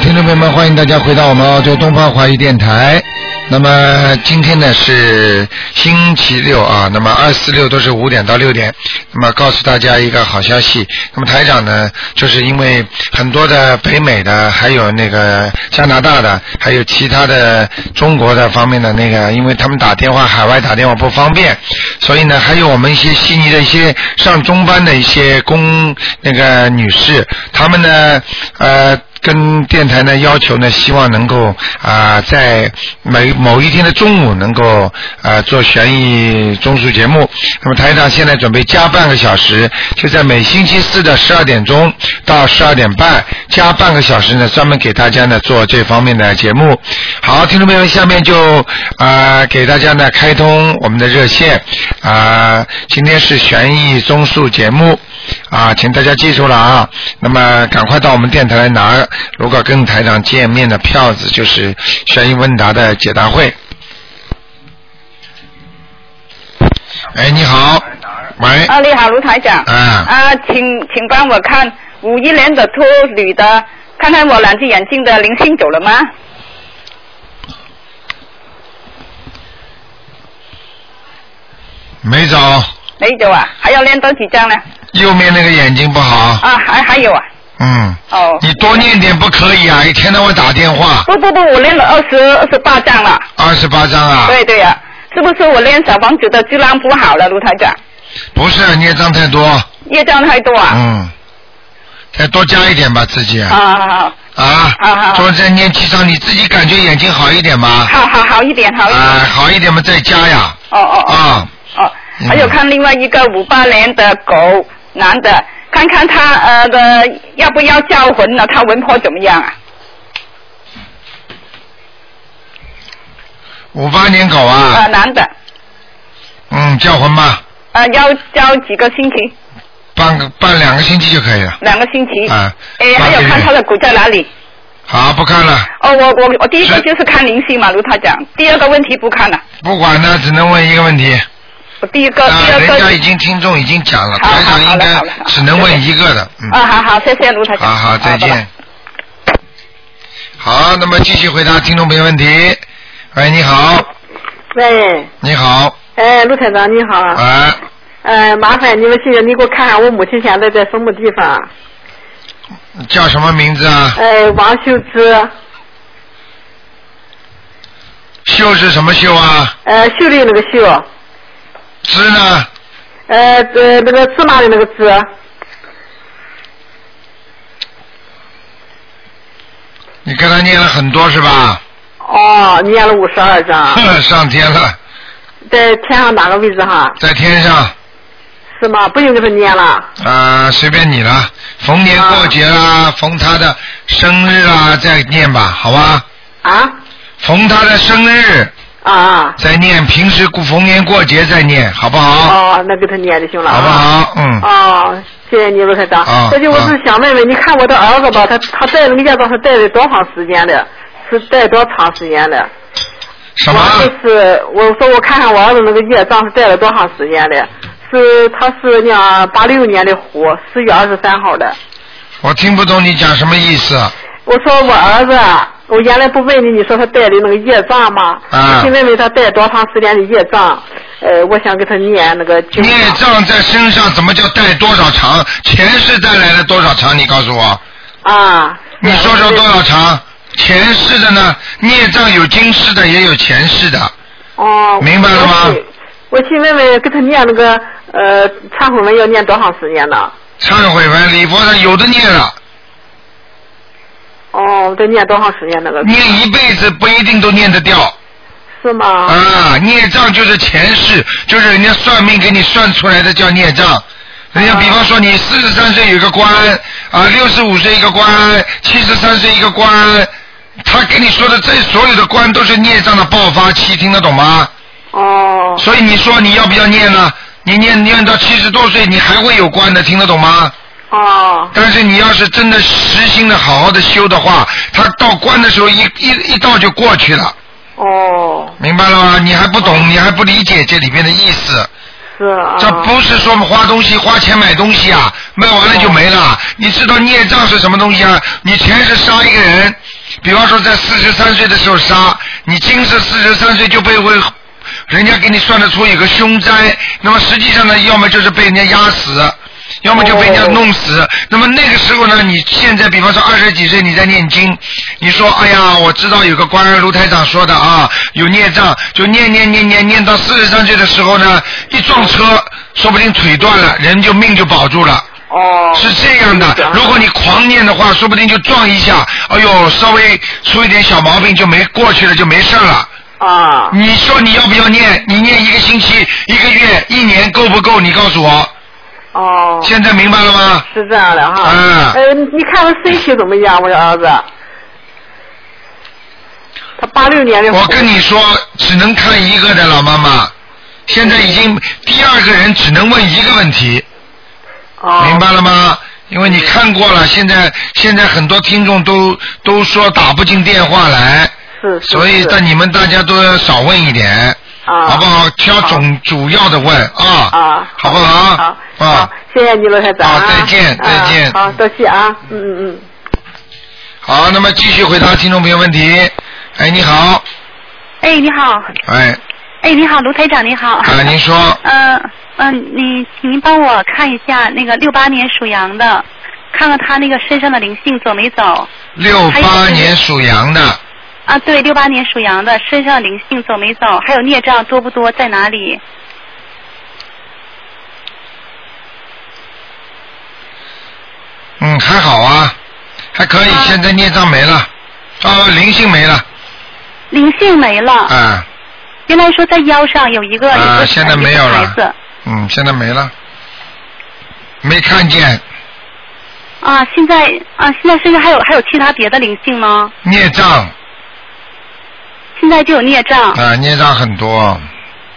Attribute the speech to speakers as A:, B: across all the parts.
A: 众朋友们，欢迎大家回到我们澳洲东方华语电台。那么今天呢是星期六啊，那么二四六都是五点到六点。那么告诉大家一个好消息，那么台长呢，就是因为很多的北美的，还有那个加拿大的，还有其他的中国的方面的那个，因为他们打电话海外打电话不方便，所以呢，还有我们一些悉尼的一些上中班的一些工那个女士，她们呢，呃。跟电台呢要求呢，希望能够啊、在每某一天的中午能够啊、做悬疑综述节目。那么台长现在准备加半个小时，就在每星期四的十二点钟到十二点半加半个小时呢，专门给大家呢做这方面的节目。好，听众朋友们，下面就啊、给大家呢开通我们的热线啊、今天是悬疑综述节目。啊，请大家记住了啊。那么赶快到我们电台来拿，如果跟台长见面的票子，就是悬疑问答的解答会。哎，你好，喂，
B: 啊，你好，卢台长。
A: 啊，
B: 啊，请请帮我看五一年的兔女的，看看我两只眼睛的灵性走了吗？
A: 没走，
B: 没走啊，还要练多几张呢？
A: 右面那个眼睛不好，
B: 啊，还还有啊，
A: 嗯，
B: 哦，
A: 你多念点不可以啊，一天到晚打电话，
B: 不不不，我练了二十二十八张了。
A: 二十八张啊，
B: 对对啊，是不是我练小房子的质量不好了，卢台长？
A: 不是孽障太多，
B: 业障太多啊！
A: 嗯，再多加一点吧自己。
B: 好好好好
A: 啊，
B: 好
A: 说在念七张，你自己感觉眼睛好一点吗？
B: 好好好一点，好一点。
A: 啊，好一点嘛，再加呀。
B: 哦哦哦。
A: 啊，
B: 哦，
A: 嗯
B: 还有看另外一个五八年的狗男的，看看他呃的要不要叫魂了，他魂魄怎么样啊？
A: 五八年狗
B: 呃，
A: 啊，
B: 男的，
A: 嗯，叫魂吧，
B: 呃，要叫几个星期，
A: 半个半两个星期就可以了。
B: 两个星期。
A: 啊，
B: 哎，还有看他的骨在哪里？
A: 好，不看了，
B: 哦，我我我第一个
A: 是
B: 就是看灵性嘛，如他讲。第二个问题不看了，
A: 不管了，只能问一个问题。
B: 我第一个、
A: 啊
B: 第，二
A: 人家已
B: 个。
A: 经听众已经讲了，
B: 好
A: 台
B: 好
A: 长
B: 好
A: 应
B: 了
A: 该
B: 好了好了
A: 只能问一个的。嗯，
B: 啊，好好，谢谢卢台长。
A: 好好，再
B: 拜拜
A: 见。好，那么继续回答听众朋友问题。喂，你好，
C: 喂，
A: 你好，
C: 哎，陆台长你好，
A: 啊，
C: 呃，麻烦你们谢谢你给我看看我母亲现在在什么地方？
A: 叫什么名字啊？
C: 哎，王秀芝，
A: 秀是什么秀啊？
C: 呃，秀丽那个秀，
A: 枝呢？
C: 呃，呃，那个芝麻的那个芝，
A: 你跟他念了很多是吧？
C: 哦，念了五十二章，
A: 上天了，
C: 在天上哪个位置哈？
A: 在天上，
C: 是吗？不用给他念了。
A: 啊，随便你了。逢年过节啦，逢他的生日啊，再念吧，好吧？
C: 啊
A: 逢他的生日
C: 啊
A: 再念，平时过逢年过节再念，好不好？
C: 哦，那给他念就行了。
A: 好不
C: 啊？
A: 好？嗯。
C: 哦，谢谢你陆台长
A: 啊。
C: 这就我是想问问，你看我的儿子吧，他他带那个驾照是带了多长时间的？是带多长时间的？
A: 什么？
C: 我就是我说我看看我儿子那个业障是带了多长时间的，是他是那八六年的虎，十月二十三号的。
A: 我听不懂你讲什么意思。
C: 我说我儿子啊，我原来不问你，你说他带的那个业障吗？
A: 啊
C: 我去问问他带多长时间的业障，呃，我想给他念那个经啊。
A: 孽障在身上怎么叫带多少长？前世带来了多少长？你告诉我。
C: 啊。
A: 你说说多少长？前世的呢？孽障有今世的，也有前世的。
C: 哦。
A: 明白了吗
C: 我去？我去问问，给他念那个呃忏悔文要念多长时间呢？
A: 忏悔文、礼佛的，有的念了，
C: 哦，得念多长时间那个？
A: 念一辈子不一定都念得掉
C: 是吗？
A: 啊。孽障就是前世，就是人家算命给你算出来的叫孽障。人家比方说你四十三岁有一个官啊，六十五岁一个官，七十三岁一个官，他给你说的这所有的官都是孽障的爆发期，听得懂吗？
C: 哦。
A: 所以你说你要不要念呢？你念念到七十多岁，你还会有关的，听得懂吗？
C: 哦。
A: 但是你要是真的实心的好好的修的话，他到关的时候一一一到就过去了，
C: 哦，
A: 明白了吗？你还不懂，你还不理解这里面的意思，
C: 是啊。
A: 这不是说花东西、花钱买东西啊，卖完了就没了。你知道孽障是什么东西啊？你前世杀一个人，比方说在四十三岁的时候杀，你今世四十三岁就被会。人家给你算得出有个凶灾，那么实际上呢，要么就是被人家压死，要么就被人家弄死。那么那个时候呢，你现在比方说二十几岁你在念经，你说哎呀，我知道有个关于卢台长说的啊，有孽障，就念念念念念到四十三岁的时候呢，一撞车，说不定腿断了，人就命就保住了。
C: 哦。
A: 是这样的，如果你狂念的话，说不定就撞一下，哎呦，稍微出一点小毛病就没过去了，就没事儿了。
C: 啊，
A: 你说你要不要念？你念一个星期、一个月、一年够不够？你告诉我，
C: 哦，
A: 现在明白了吗？
C: 是这样的哈。
A: 嗯
C: 呃，你看他身体怎么样，我的儿子？他八六年的虎。
A: 我跟你说，只能看一个的老妈妈，现在已经第二个人只能问一个问题，
C: 哦
A: 明白了吗？因为你看过了，现在现在很多听众都都说打不进电话来，
C: 是，是
A: 所以
C: 是
A: 但你们大家都要少问一点，
C: 啊，
A: 好不好？挑总主要的问啊，
C: 啊，
A: 好不
C: 好？
A: 好？啊
C: 好，，谢谢你罗台长啊
A: 好再见再见
C: 啊好，多谢啊，嗯嗯嗯。
A: 好，那么继续回答听众朋友问题。哎，你好，
D: 哎，你好，
A: 哎，
D: 哎，你好，卢台长，你好。
A: 啊，您说，
D: 嗯嗯，你请您帮我看一下那个六八年属羊的，看看他那个身上的灵性走没走？
A: 六八年属羊的，
D: 啊，对，六八年属羊的身上的灵性走没走？还有孽障多不多？在哪里？
A: 嗯，还好啊，还可以，
D: 啊
A: 现在孽障没了，啊，灵性没了，
D: 灵性没了。
A: 啊，
D: 原来说在腰上有一个。
A: 啊
D: 有个
A: 现在没有了
D: 孩子
A: 嗯，现在没了，没看见
D: 啊，现在啊，现在身上还有还有其他别的灵性吗？
A: 孽障
D: 现在就有孽障，
A: 啊，孽障很多，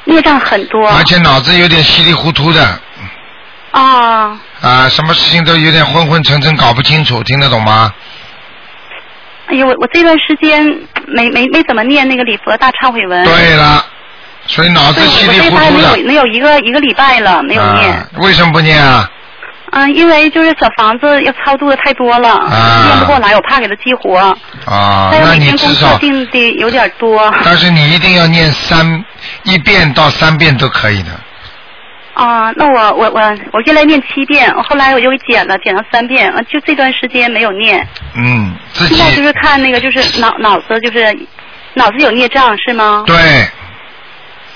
D: 孽障很多。
A: 而且脑子有点稀里糊涂的，
D: 啊，
A: 啊，什么事情都有点昏昏沉沉，搞不清楚，听得懂吗？
D: 哎呦，我我这段时间没没没怎么念那个礼佛大忏悔文。
A: 对了，所以脑
D: 对，
A: 子稀
D: 我
A: 里
D: 这
A: 糊
D: 班
A: 涂
D: 没
A: 的
D: 有，没有一个一个礼拜了，没有念。
A: 啊，为什么不念啊？
D: 嗯，因为就是小房子要操作的太多了，
A: 啊
D: 念不过来，我怕给它激活。
A: 啊，
D: 但
A: 那
D: 是每
A: 你
D: 天
A: 至
D: 功课
A: 少，
D: 定的有点多。
A: 但是你一定要念三一遍到三遍都可以的。
D: 啊，那我我我我原来念七遍，后来我又给减了，减了三遍，呃就这段时间没有念。
A: 嗯，自
D: 现
A: 己
D: 在就是看那个，就是脑脑子就是脑子有孽障是吗？
A: 对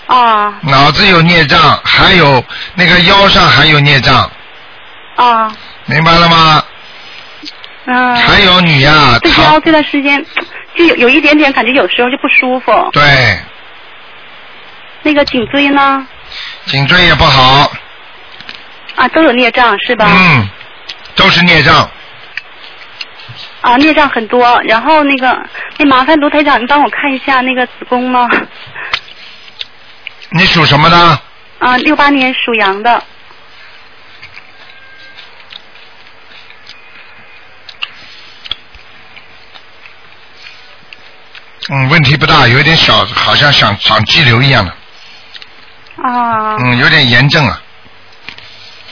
D: 啊
A: 脑子有孽障，还有那个腰上还有孽障，
D: 啊
A: 明白了吗？
D: 嗯。
A: 还有啊你呀、
D: 对
A: 他
D: 腰这段时间就有有一点点感觉，有时候就不舒服。
A: 对
D: 那个颈椎呢？
A: 颈椎也不好，
D: 啊，都有孽障是吧？
A: 嗯，都是孽障。
D: 啊，孽障很多。然后那个，那麻烦卢台长，你帮我看一下那个子宫吗？
A: 你属什么呢？
D: 啊，六八年属羊的。
A: 嗯，问题不大，有一点小，好像长长肌瘤一样的，
D: 啊、
A: 嗯，有点炎症啊，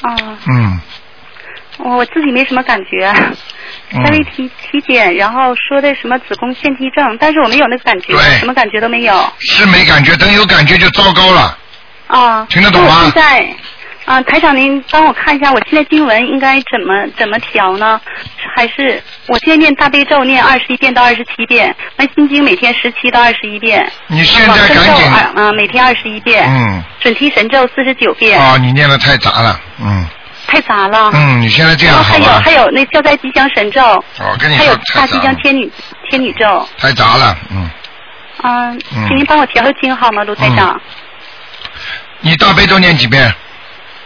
D: 啊，
A: 嗯
D: 我我自己没什么感觉。
A: 嗯
D: 单位体体检，然后说的什么子宫腺肌症，但是我没有那个感觉，
A: 对
D: 什么感觉都没有。
A: 是没感觉，等有感觉就糟糕了。
D: 啊，
A: 听得懂吗
D: 那我现在，啊，台长您帮我看一下，我现在经文应该怎么怎么调呢？还是我现在念大悲咒念二十一遍到二十七遍，那心经每天十七到二十一遍，
A: 你现在
D: 往生
A: 赶
D: 咒
A: 紧，
D: 啊，嗯每天二十一遍，
A: 嗯，
D: 准提神咒四十九遍，
A: 哦，你念的太杂了，嗯
D: 太杂了。
A: 嗯，你现在这
D: 然
A: 样
D: 后
A: 好
D: 啊还有
A: 吧嗯
D: 还？有那消灾吉祥神咒，
A: 我跟你
D: 还有
A: 说
D: 大
A: 太
D: 吉
A: 杂
D: 祥
A: 了，
D: 天女天女咒，
A: 太杂了，嗯，
D: 嗯，
A: 嗯
D: 请您帮我调调经好吗，卢台长？
A: 你大悲咒念几遍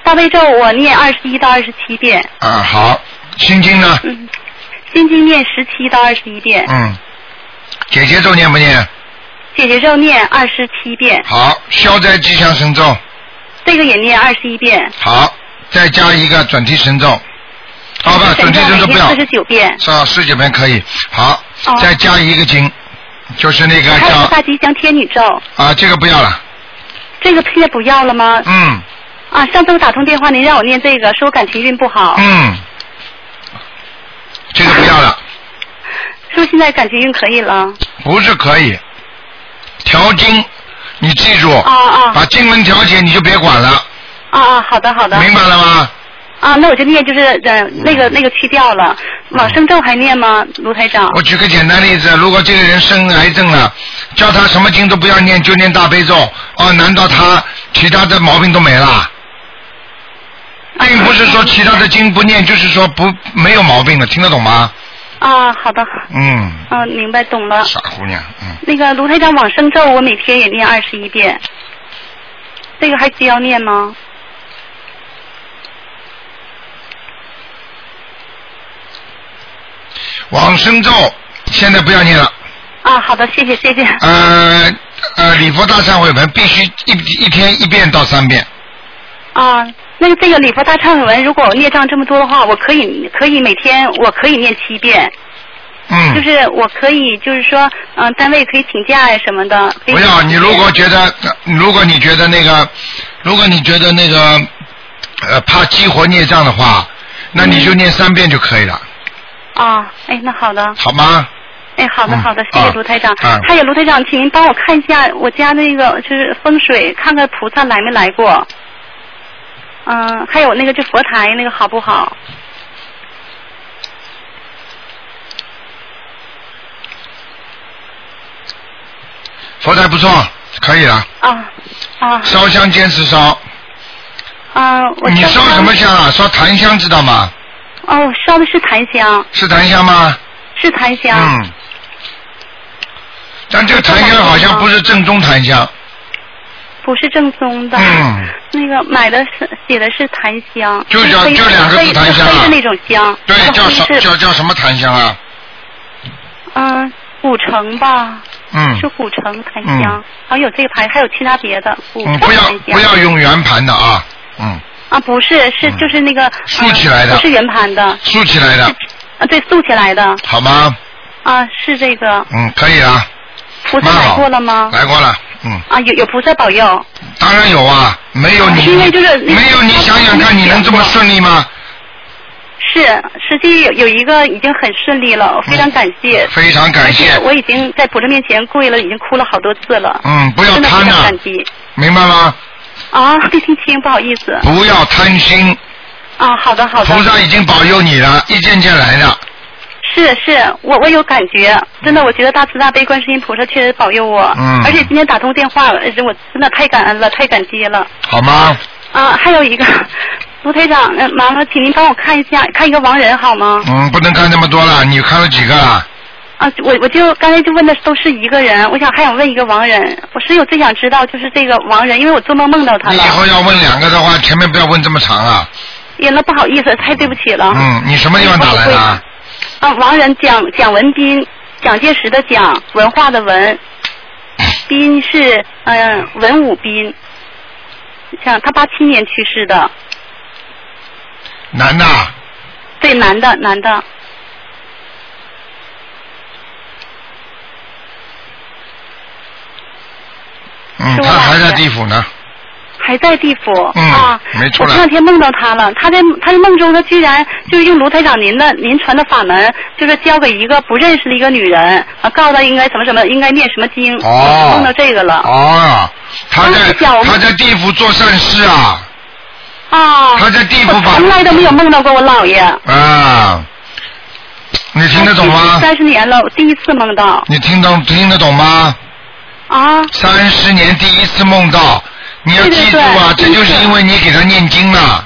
D: 大悲咒我念二十一到二十七遍，
A: 啊？好，心经呢？
D: 嗯，心经念十七到二十一遍，
A: 嗯，姐姐咒念不念？
D: 姐姐咒念二十七遍，
A: 好，消灾吉祥神咒，
D: 这个也念二十一遍，
A: 好，再加一个转提神咒，好吧，转
D: 神
A: 提
D: 咒
A: 神咒不
D: 每天
A: 要
D: 四，十九遍，
A: 是啊，十九遍可以，好
D: 哦，
A: 再加一个经，就是那个
D: 还有
A: 叫
D: 大吉祥天女咒，
A: 啊，这个不要了，
D: 这个现在不要了吗？
A: 嗯，
D: 啊，上次我打通电话，您让我念这个，说我感情运不好，
A: 嗯，这个不要了，
D: 说现在感情运可以了。
A: 不是可以调经，你记住，
D: 啊啊
A: 把经文调节你就别管了，
D: 啊啊，好的好的。
A: 明白嗯了吗？
D: 啊，那我就念就是呃那个那个去掉了，往生咒还念吗，卢台长？
A: 嗯我举个简单例子，如果这个人生癌症了，叫他什么经都不要念，就念大悲咒，哦，难道他其他的毛病都没了？
D: 啊
A: 并不是说其他的经不念，就是说不没有毛病了，听得懂吗？
D: 啊，好的，
A: 嗯，
D: 嗯、明白懂了。
A: 傻姑娘，嗯，
D: 那个卢台长往生咒，我每天也念二十一遍，这个还需要念吗？
A: 往生咒现在不要念了，
D: 啊，好的，谢谢谢谢。
A: 呃呃，礼佛大忏悔文必须一一天一遍到三遍，
D: 啊，那个这个礼佛大忏悔文，如果我孽障这么多的话，我可以可以每天我可以念七遍，
A: 嗯，
D: 就是我可以就是说，嗯、单位可以请假呀什么的。可以
A: 不要，你如果觉得，呃如果你觉得那个，如果你觉得那个，呃，怕激活孽障的话，那你就念三遍就可以了，
D: 啊，哎，那好的。
A: 好吗？
D: 哎，好的
A: 嗯
D: 好的，谢谢
A: 啊
D: 卢台长。
A: 啊
D: 还有卢台长，请您帮我看一下我家那个就是风水，看看菩萨来没来过。嗯，还有那个就佛台那个好不好？
A: 佛台不错，可以了，
D: 啊啊
A: 烧香坚持烧。
D: 啊！我
A: 你烧
D: 的
A: 什么香啊？烧檀香知道吗？
D: 哦，烧的是檀香，
A: 是檀香吗？
D: 是檀香。
A: 嗯。但这个檀香好像不是正宗檀香。
D: 不是正宗的。
A: 嗯。
D: 那个买的是写的是檀香，
A: 就叫
D: 黑
A: 就两个字
D: 黑
A: 檀香啊
D: 黑的那种香。
A: 对，
D: 那个
A: 叫
D: 灰
A: 什
D: 哦是
A: 叫叫什么檀香啊？
D: 嗯，古城吧，
A: 嗯
D: 是古城檀
A: 嗯
D: 香，好像有这个牌，还有其他别的古
A: 嗯，
D: 城
A: 不
D: 檀
A: 要
D: 香。
A: 不要用圆盘的啊，嗯，
D: 啊，不是，是
A: 嗯
D: 就是那个
A: 竖起来的
D: 呃不是圆盘的，
A: 竖起来的，
D: 啊，对，竖起来的，
A: 好吗？
D: 啊，是这个
A: 嗯，可以了。
D: 菩萨
A: 蛮好
D: 来过了吗？
A: 来过了，嗯，
D: 啊，有有菩萨保佑，
A: 当然有啊，没有你，
D: 因为就是那个
A: 没有你想想看，你能这么顺利吗？
D: 是，实际有有一个已经很顺利了，我非常感谢。
A: 非常感谢
D: 而且，我已经在菩萨面前跪了，已经哭了好多次了。
A: 嗯，不要
D: 真的非
A: 贪
D: 常
A: 呐、
D: 感激。
A: 明白吗？
D: 啊， 没听清，不好意思。
A: 不要贪心，
D: 啊，好嗯的好的。
A: 菩萨已经保佑你了，一件件来的，
D: 是是，我我有感觉，真的，我觉得大慈大悲观世音菩萨确实保佑我。
A: 嗯
D: 而且今天打通电话，呃我真的太感恩了，太感激了。
A: 好吗？
D: 啊，还有一个， 卢台长，呃麻烦请您帮我看一下，看一个亡人好吗？
A: 嗯，不能看这么多了，你看了几个了？
D: 啊，我我就刚才就问的都是一个人，我想还想问一个亡人，我是有最想知道就是这个亡人，因为我做梦梦到他
A: 你以
D: 了，
A: 后要问两个的话，前面不要问这么长啊。
D: 也哎那不好意思，太对不起了。
A: 嗯，你什么地方打来的啊？
D: 啊，亡人蒋蒋文斌，蒋介石的蒋，文化的 文，斌是嗯、文武斌，像他八七年去世的，
A: 男的啊，
D: 对，男的男的，
A: 嗯，
D: 是我
A: 他还在
D: 打的
A: 地府呢。
D: 还在地府、
A: 嗯
D: 啊。
A: 没出来
D: 我前两天梦到他了，他在他在梦中，他居然就是用卢台长您的您传的法门，就是交给一个不认识的一个女人，啊，告诉他应该什么什么，应该念什么经，
A: 哦
D: 梦到这个了。
A: 哦，他在
D: 啊是小
A: 他在地府做善事啊。
D: 啊，
A: 他在地府
D: 我
A: 把
D: 从来都没有梦到过我姥爷。
A: 啊，你听得懂吗？
D: 三十年了，我第一次梦到
A: 你听懂听得懂吗？
D: 啊
A: 三十年第一次梦到，你要记住啊，
D: 对
A: 这
D: 对对
A: 就是因为你给他念经了。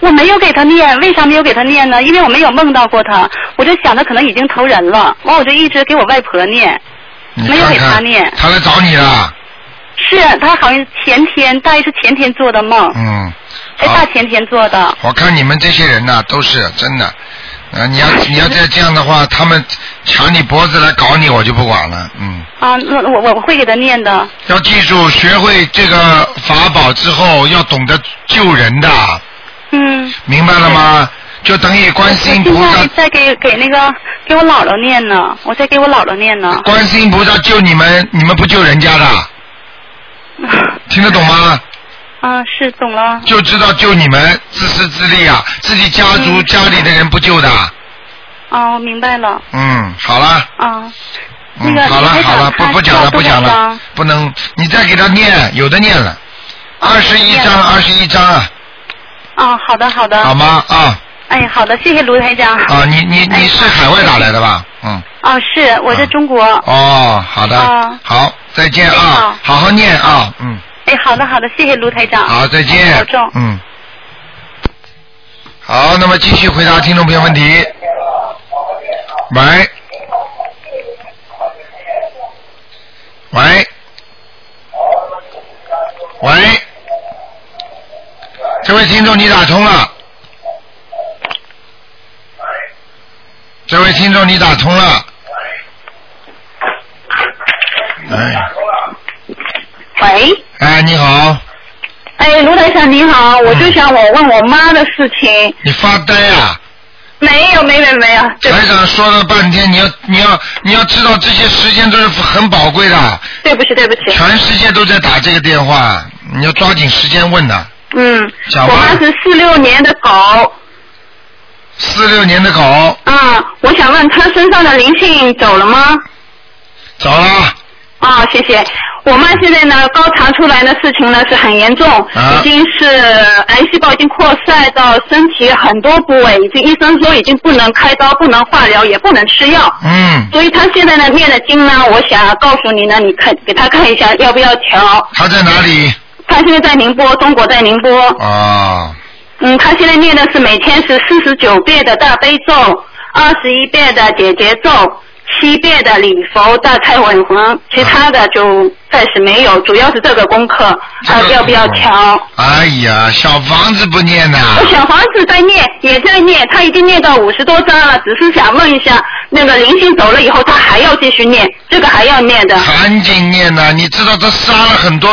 D: 我没有给他念，为啥没有给他念呢？因为我没有梦到过他，我就想他可能已经投人了，完我就一直给我外婆念。
A: 你
D: 没有
A: 看
D: 给他
A: 看
D: 念，
A: 他来找你了，
D: 是他好像前天，大概是前天做的梦，
A: 嗯，
D: 哎，
A: 好
D: 大，前天做的。
A: 我看你们这些人呐、都是真的，啊，你要你要再这样的话，他们抢你脖子来搞你，我就不管了，嗯。
D: 啊，那我我我会给他念的。
A: 要记住，学会这个法宝之后，要懂得救人的，
D: 嗯，
A: 明白了吗？就等于观世音
D: 我
A: 菩
D: 现在
A: 萨
D: 在给给那个给我姥姥念呢，我在给我姥姥 念呢。
A: 观世音菩萨救你们，你们不救人家的，听得懂吗？
E: 啊，是懂了。
A: 就知道救你们，自私自利啊，自己家
E: 嗯
A: 族家里的人不救的。啊
D: 啊
E: 哦，明白了。
A: 嗯，好了，
E: 啊，那
A: 嗯，
E: 个
A: 好了
E: 台长
A: 好了，不
E: 他
A: 不讲了
E: 需要
A: 不讲
E: 多少
A: 了
E: 张，
A: 不能，你再给他念，有的念了，二十一
E: 哦念
A: 章
E: 了
A: 二十一章啊，
E: 啊，好的好的。
A: 好吗？啊
E: 哎，好的，谢谢卢台长。
A: 啊，你你
E: 哎
A: 你是海外打来的吧？嗯，
E: 啊，
D: 哦
E: 是我在中国。
A: 哦，好的
E: 啊，
A: 好，再见啊
E: 哎好，
A: 好好念啊，嗯。
E: 哎，好的好的，谢谢卢台长。
A: 好，再见。
E: 哎保重。
A: 嗯。好，那么继续回答听众朋友问题。喂。喂。喂。这位听众，你打通了。这位听众，你打通了。哎，
D: 喂，
A: 哎，你好，
D: 哎，卢台长你好，我
A: 嗯
D: 就想我问我妈的事情，
A: 你发呆啊？
D: 没有，没有，没有，对
A: 台长说了半天，你要你要你要知道，这些时间都是很宝贵的，
D: 对不起，对不起，
A: 全世界都在打这个电话，你要抓紧时间问呐。
D: 嗯，
A: 讲吧
D: 我妈是四六年的狗，
A: 四六年的狗
D: 啊，我想问她身上的灵性走了吗？
A: 走了，
D: 啊，谢谢。我妈现在呢，刚查出来的事情呢是很严重，
A: 啊
D: 已经是癌细胞已经扩散到身体很多部位，已经医生说已经不能开刀、不能化疗、也不能吃药。
A: 嗯，
D: 所以她现在呢念的经呢，我想告诉你呢，你看给她看一下要不要调。
A: 他在哪里？
D: 她现在在宁波，中国在宁波。
A: 哦，
D: 嗯，她现在念的是每天是四十九遍的大悲咒，二十一遍的解结咒，七遍的礼佛大忏悔文，其他的就暂时没有，主要是这个功课，
A: 这
D: 呃，
A: 个
D: 要不要调？
A: 哎呀，小房子不念 呐
D: 我，小房子在念，也在念，她已经念到五十多章了，只是想问一下，那个灵性走了以后，她还要继续念，这个还要念的。
A: 赶紧念呐！你知道他杀了很多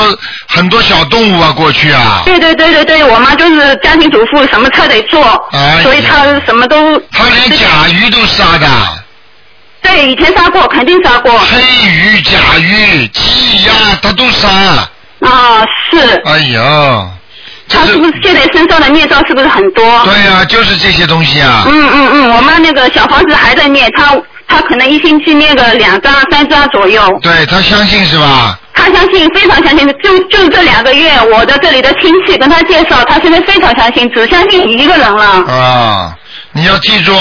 A: 很多小动物啊，过去啊，
D: 对对对对对，我妈就是家庭主妇，什么菜得做，
A: 哎呀
D: 所以她什么都
A: 他连甲鱼都杀的，
D: 对以前杀过，肯定杀过
A: 黑鱼、甲鱼、鸡鸭，他都杀。
D: 啊，是。
A: 哎呦，这
D: 她是不是现在身上的孽障是不是很多？
A: 对呀、就是这些东西啊。
D: 嗯嗯嗯，我妈那个小房子还在念，她她可能一星期念个两张三张左右，
A: 对他相信是吧？
D: 她相信非常相信，就就这两个月，我的这里的亲戚跟她介绍，她现在非常相信，只相信一个人了。
A: 啊，你要记住，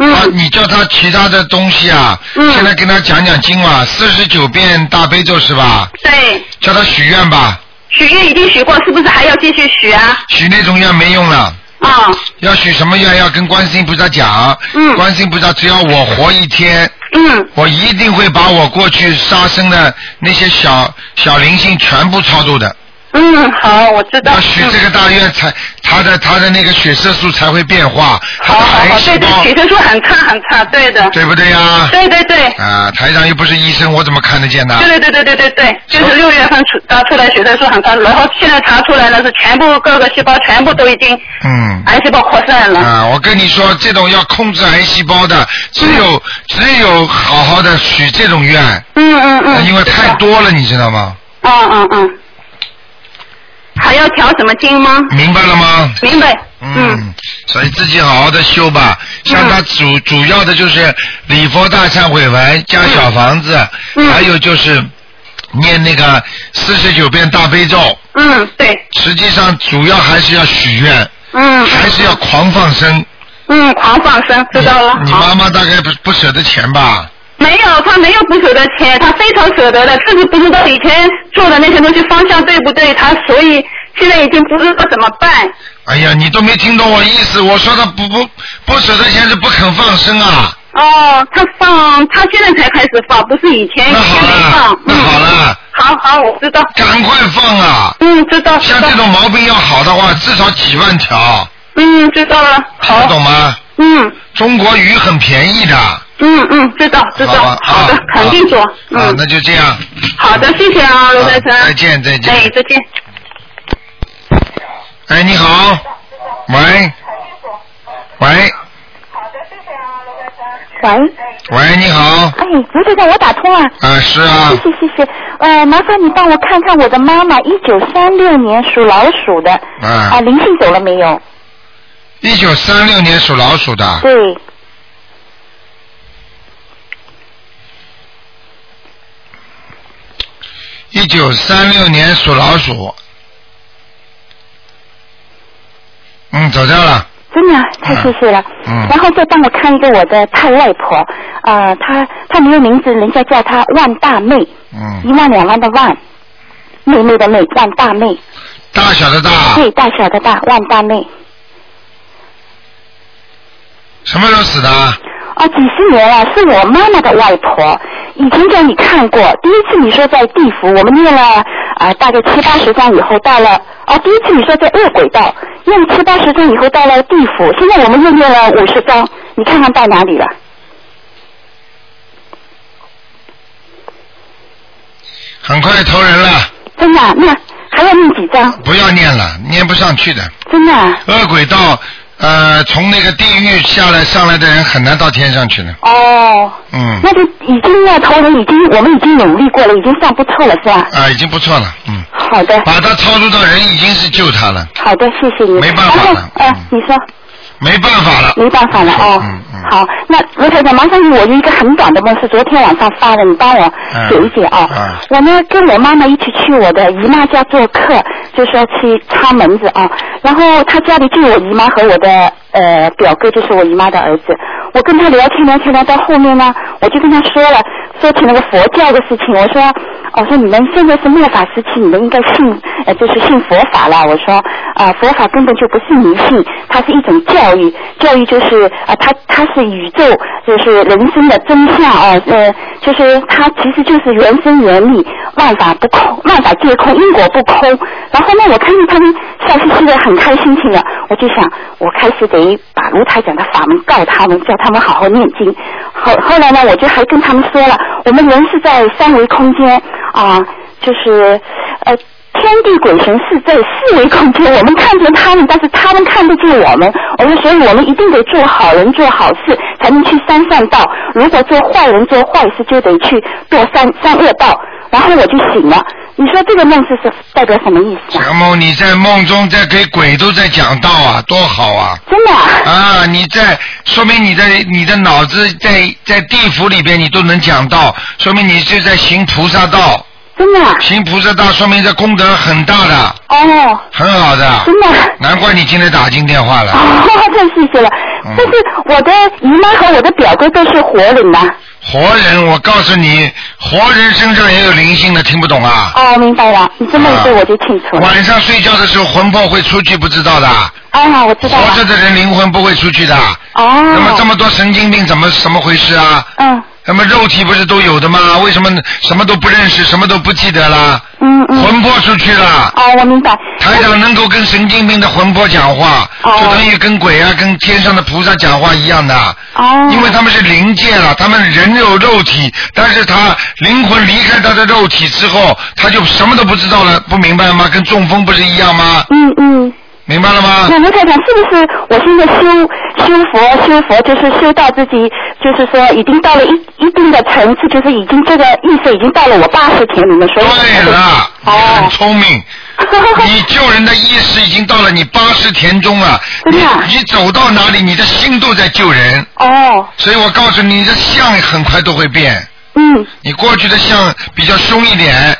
D: 嗯
A: 他你叫他其他的东西啊，
D: 嗯
A: 现在跟他讲讲经嘛，四十九遍大悲咒是吧？
D: 对，
A: 叫他许愿吧，
D: 许愿已经许过，是不是还要继续许啊？
A: 许那种愿没用了。
D: 啊、
A: 要许什么愿？要跟观世音菩萨讲。
D: 嗯
A: 观世音菩萨，只要我活一天，
D: 嗯，
A: 我一定会把我过去杀生的那些小小灵性全部超度的。
D: 嗯，好，我知道。
A: 要许
B: 嗯
A: 这个大愿才，他的他的那个血色素才会变化，他
D: 好
A: 的
D: 好
A: 癌
D: 好，
A: 细
D: 哦对
A: 胞
D: 对，许的说很差很差，对的，
A: 对哦不对呀、啊？
D: 对对对。
A: 台长又不是医生，我怎么看得见呢？
D: 对对对对对对对，就是六月份出查出来血色素很高，然后现在查出来了是全部各个细胞全部都已经
A: 嗯。
D: 癌细胞扩散了。
A: 啊，我跟你说，这种要控制癌细胞的，只有、只有好好的许这种愿，
D: 嗯嗯嗯。
A: 因为太多了，你知道吗？
D: 嗯嗯嗯。还要调什么经吗？
A: 明白了吗？
D: 明白。嗯。
A: 嗯，所以自己好好的修吧。像他主、主要的就是礼佛大忏悔文加小房子，
D: 嗯
A: 还有就是念那个四十九遍大悲咒。
D: 嗯，对，
A: 实际上主要还是要许愿，
D: 嗯
A: 还是要狂放生。
D: 嗯，狂放生，知道了。
A: 你你
D: 好
A: 妈妈大概不不舍得钱吧？
D: 没有，他没有不舍得钱，他非常舍得的，只是不知道以前做的那些东西方向对不对，他所以现在已经不知道怎么办。
A: 哎呀，你都没听懂我意思，我说她不不不舍得钱是不肯放生啊。
D: 哦，他放，他现在才开始放，不是以前以
A: 那好
D: 前哎没
A: 了
D: 放。，
A: 那好
D: 嗯。
A: 了，
D: 好好，我知道。
A: 赶快放啊！
D: 嗯，知道知
A: 像
D: 道
A: 这。种毛病要好的话，至少几万条，
D: 嗯，知道了。
A: 听得
D: 好。
A: 懂吗？
D: 嗯
A: 中国鱼很便宜的，
D: 嗯嗯，知道知
A: 好吧
D: 道。好的
A: 啊，
D: 肯定做。
A: 啊
D: 嗯，，
A: 那就这样，
D: 好的，谢谢啊，罗
A: 啊
D: 先生。
A: 再见再见
D: 哎，再见。
A: 哎，你好，喂，喂，
F: 喂，
A: 喂，你好，
F: 哎，卢队长，我打通了。
A: 啊，是啊
F: 谢，谢谢谢，呃，麻烦你帮我看看我的妈妈，一九三六年属老鼠的，
D: 哎
F: 啊、
A: 啊，
F: 灵性走了没有？
A: 一九三六年属老鼠的，
F: 对，
A: 一九三六年属老鼠，嗯，走掉了，
F: 真的啊太谢谢了。
A: 嗯
F: 然后再帮我看一个我的太外婆，啊，她她没有名字，人家叫她万大妹，一
A: 嗯，
F: 万两万的万，妹妹的妹，万大妹，
A: 大小的大，
F: 对，大小的大，万大妹。
A: 什么时候死的？
F: 啊，几十年了，是我妈妈的外婆。以前叫你看过，第一次你说在地府，我们念了啊、大概七八十章以后到了，哦，第一次你说在恶鬼道，念了七八十章以后到了地府，现在我们又念了五十章，你看看到哪里了？
A: 很快投人了，
F: 真的啊、那还要念几章？
A: 不要念了，念不上去的。
F: 真的啊、
A: 恶鬼道，呃，从那个地狱下来上来的人很难到天上去了。
F: 哦，
A: 嗯，
F: 那就已经要投人，已经我们已经努力过了，已经算不错了，是吧？
A: 啊，已经不错了，嗯，
F: 好 的，
A: 把他超度到人已经是救他了，
F: 好的，谢谢你。
A: 没办法
F: 然
A: 了
F: 后，呃
A: 嗯，
F: 你说。
A: 没办法了。
F: 没办法了哦。
A: 嗯嗯
F: 好，那卢台长，麻烦你，我有一个很短的梦，是昨天晚上发的，你帮我解一解啊、
A: 嗯嗯
F: 我呢跟我妈妈一起去我的姨妈家做客，就是要去插门子啊。然后她家里就我姨妈和我的呃表哥，就是我姨妈的儿子。我跟他聊天聊天聊到后面呢，我就跟他说了，说起那个佛教的事情，我说，我说你们现在是末法时期，你们应该信，呃，就是信佛法了。我说，啊、佛法根本就不是迷信，它是一种教育，教育就是啊、它它是宇宙，就是人生的真相啊，呃，就是它其实就是原生原理，万法不空，万法皆空，因果不空。然后呢，我看见他们笑嘻嘻的，很开心情的，我就想，我开始得把卢台讲的法门告他们，叫他们好好念经。后后来呢，我就还跟他们说了，我们人是在三维空间啊、就是呃。天地鬼神是在四维空间，我们看见他们，但是他们看不见我们。我们所以，我们一定得做好人、做好事，才能去三善道。如果做坏人、做坏事，就得去做三三恶道。然后我就醒了。你说这个梦是是代表什么意思啊？
A: 小某，你在梦中在给鬼都在讲道啊，多好啊！
F: 真的啊、
A: 啊，你在说明你在你的脑子在在地府里边你都能讲道，说明你就在行菩萨道，
F: 真的啊、
A: 行菩萨道说明这功德很大的，
F: 哦，
A: 很好的，
F: 真的啊、
A: 难怪你今天打进电话了，
F: 哦，太谢谢了。
A: 啊嗯
F: 但是我的姨妈和我的表哥都是活人呐、
A: 活人，我告诉你，活人身上也有灵性的，听不懂啊？
F: 哦，明白了，你这么一说我就清楚了。
A: 晚上睡觉的时候魂魄会出去，不知道的，
F: 啊，我知道
A: 活着
F: 了。
A: 的人灵魂不会出去的。
F: 哦。
A: 那么这么多神经病，怎么怎么回事啊？
F: 嗯
A: 那么肉体不是都有的吗？为什么什么都不认识，什么都不记得啦？
F: 嗯嗯。
A: 魂魄出去了。
F: 哦，我明白。
A: 台长能够跟神经病的魂魄讲话，
F: 哦
A: 就等于跟鬼啊、跟天上的菩萨讲话一样的，
F: 哦。
A: 因为他们是灵界了，他们人有肉体，但是他灵魂离开他的肉体之后，他就什么都不知道了，不明白吗？跟中风不是一样吗？
F: 嗯嗯，
A: 明白了吗
F: 那？卢台长是不是我现在修修佛修佛，就是修到自己，就是说已经到了一一定的层次，就是已经这个意识已经到了我八十田里面，所以
A: 对 了，你很
F: 哦，
A: 聪明，你救人的意识已经到了你八十田中了，
F: 真的啊
A: 你你走到哪里，你的心都在救人，
F: 哦，
A: 所以我告诉你，你的相很快都会变。
F: 嗯，
A: 你过去的相比较凶一点，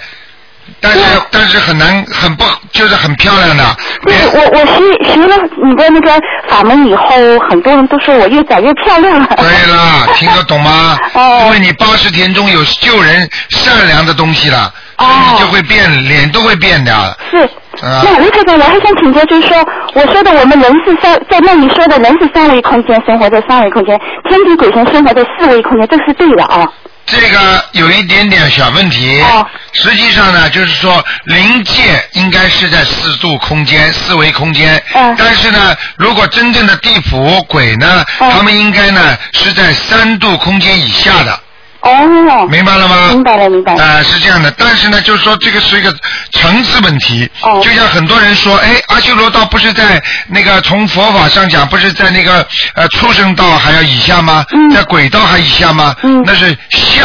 A: 但是
F: 对啊
A: 但是很难很不就是很漂亮的，
F: 对
A: 连
F: 我我学学了你的那个法门以后，很多人都说我越长越漂亮了。
A: 对了，听得懂吗？
F: 哦
A: 因为你八十田中有救人善良的东西了，所以
F: 哦
A: 你就会变脸都会变的。
F: 是。
A: 啊
F: 那卢太太，我还想请教，就是说，我说的我们人是三，在那里说的人是三维空间，生活在三维空间，天地鬼神生活在四维空间，这个是对的啊。
A: 这个有一点点小问题。
F: 哦
A: 实际上呢，就是说临界应该是在四度空间、四维空间。
F: 嗯
A: 但是呢，如果真正的地府鬼呢，
F: 嗯
A: 他们应该呢是在三度空间以下的。
G: 哦，
A: 明白了吗？
G: 明白了，明白了。
A: 啊、是这样的，但是呢，就是说这个是一个层次问题。
G: 哦
A: 就像很多人说，哎，阿修罗道不是在那个从佛法上讲，不是在那个呃畜生道还要以下吗？
G: 嗯
A: 在鬼道还以下吗？
G: 嗯
A: 那是下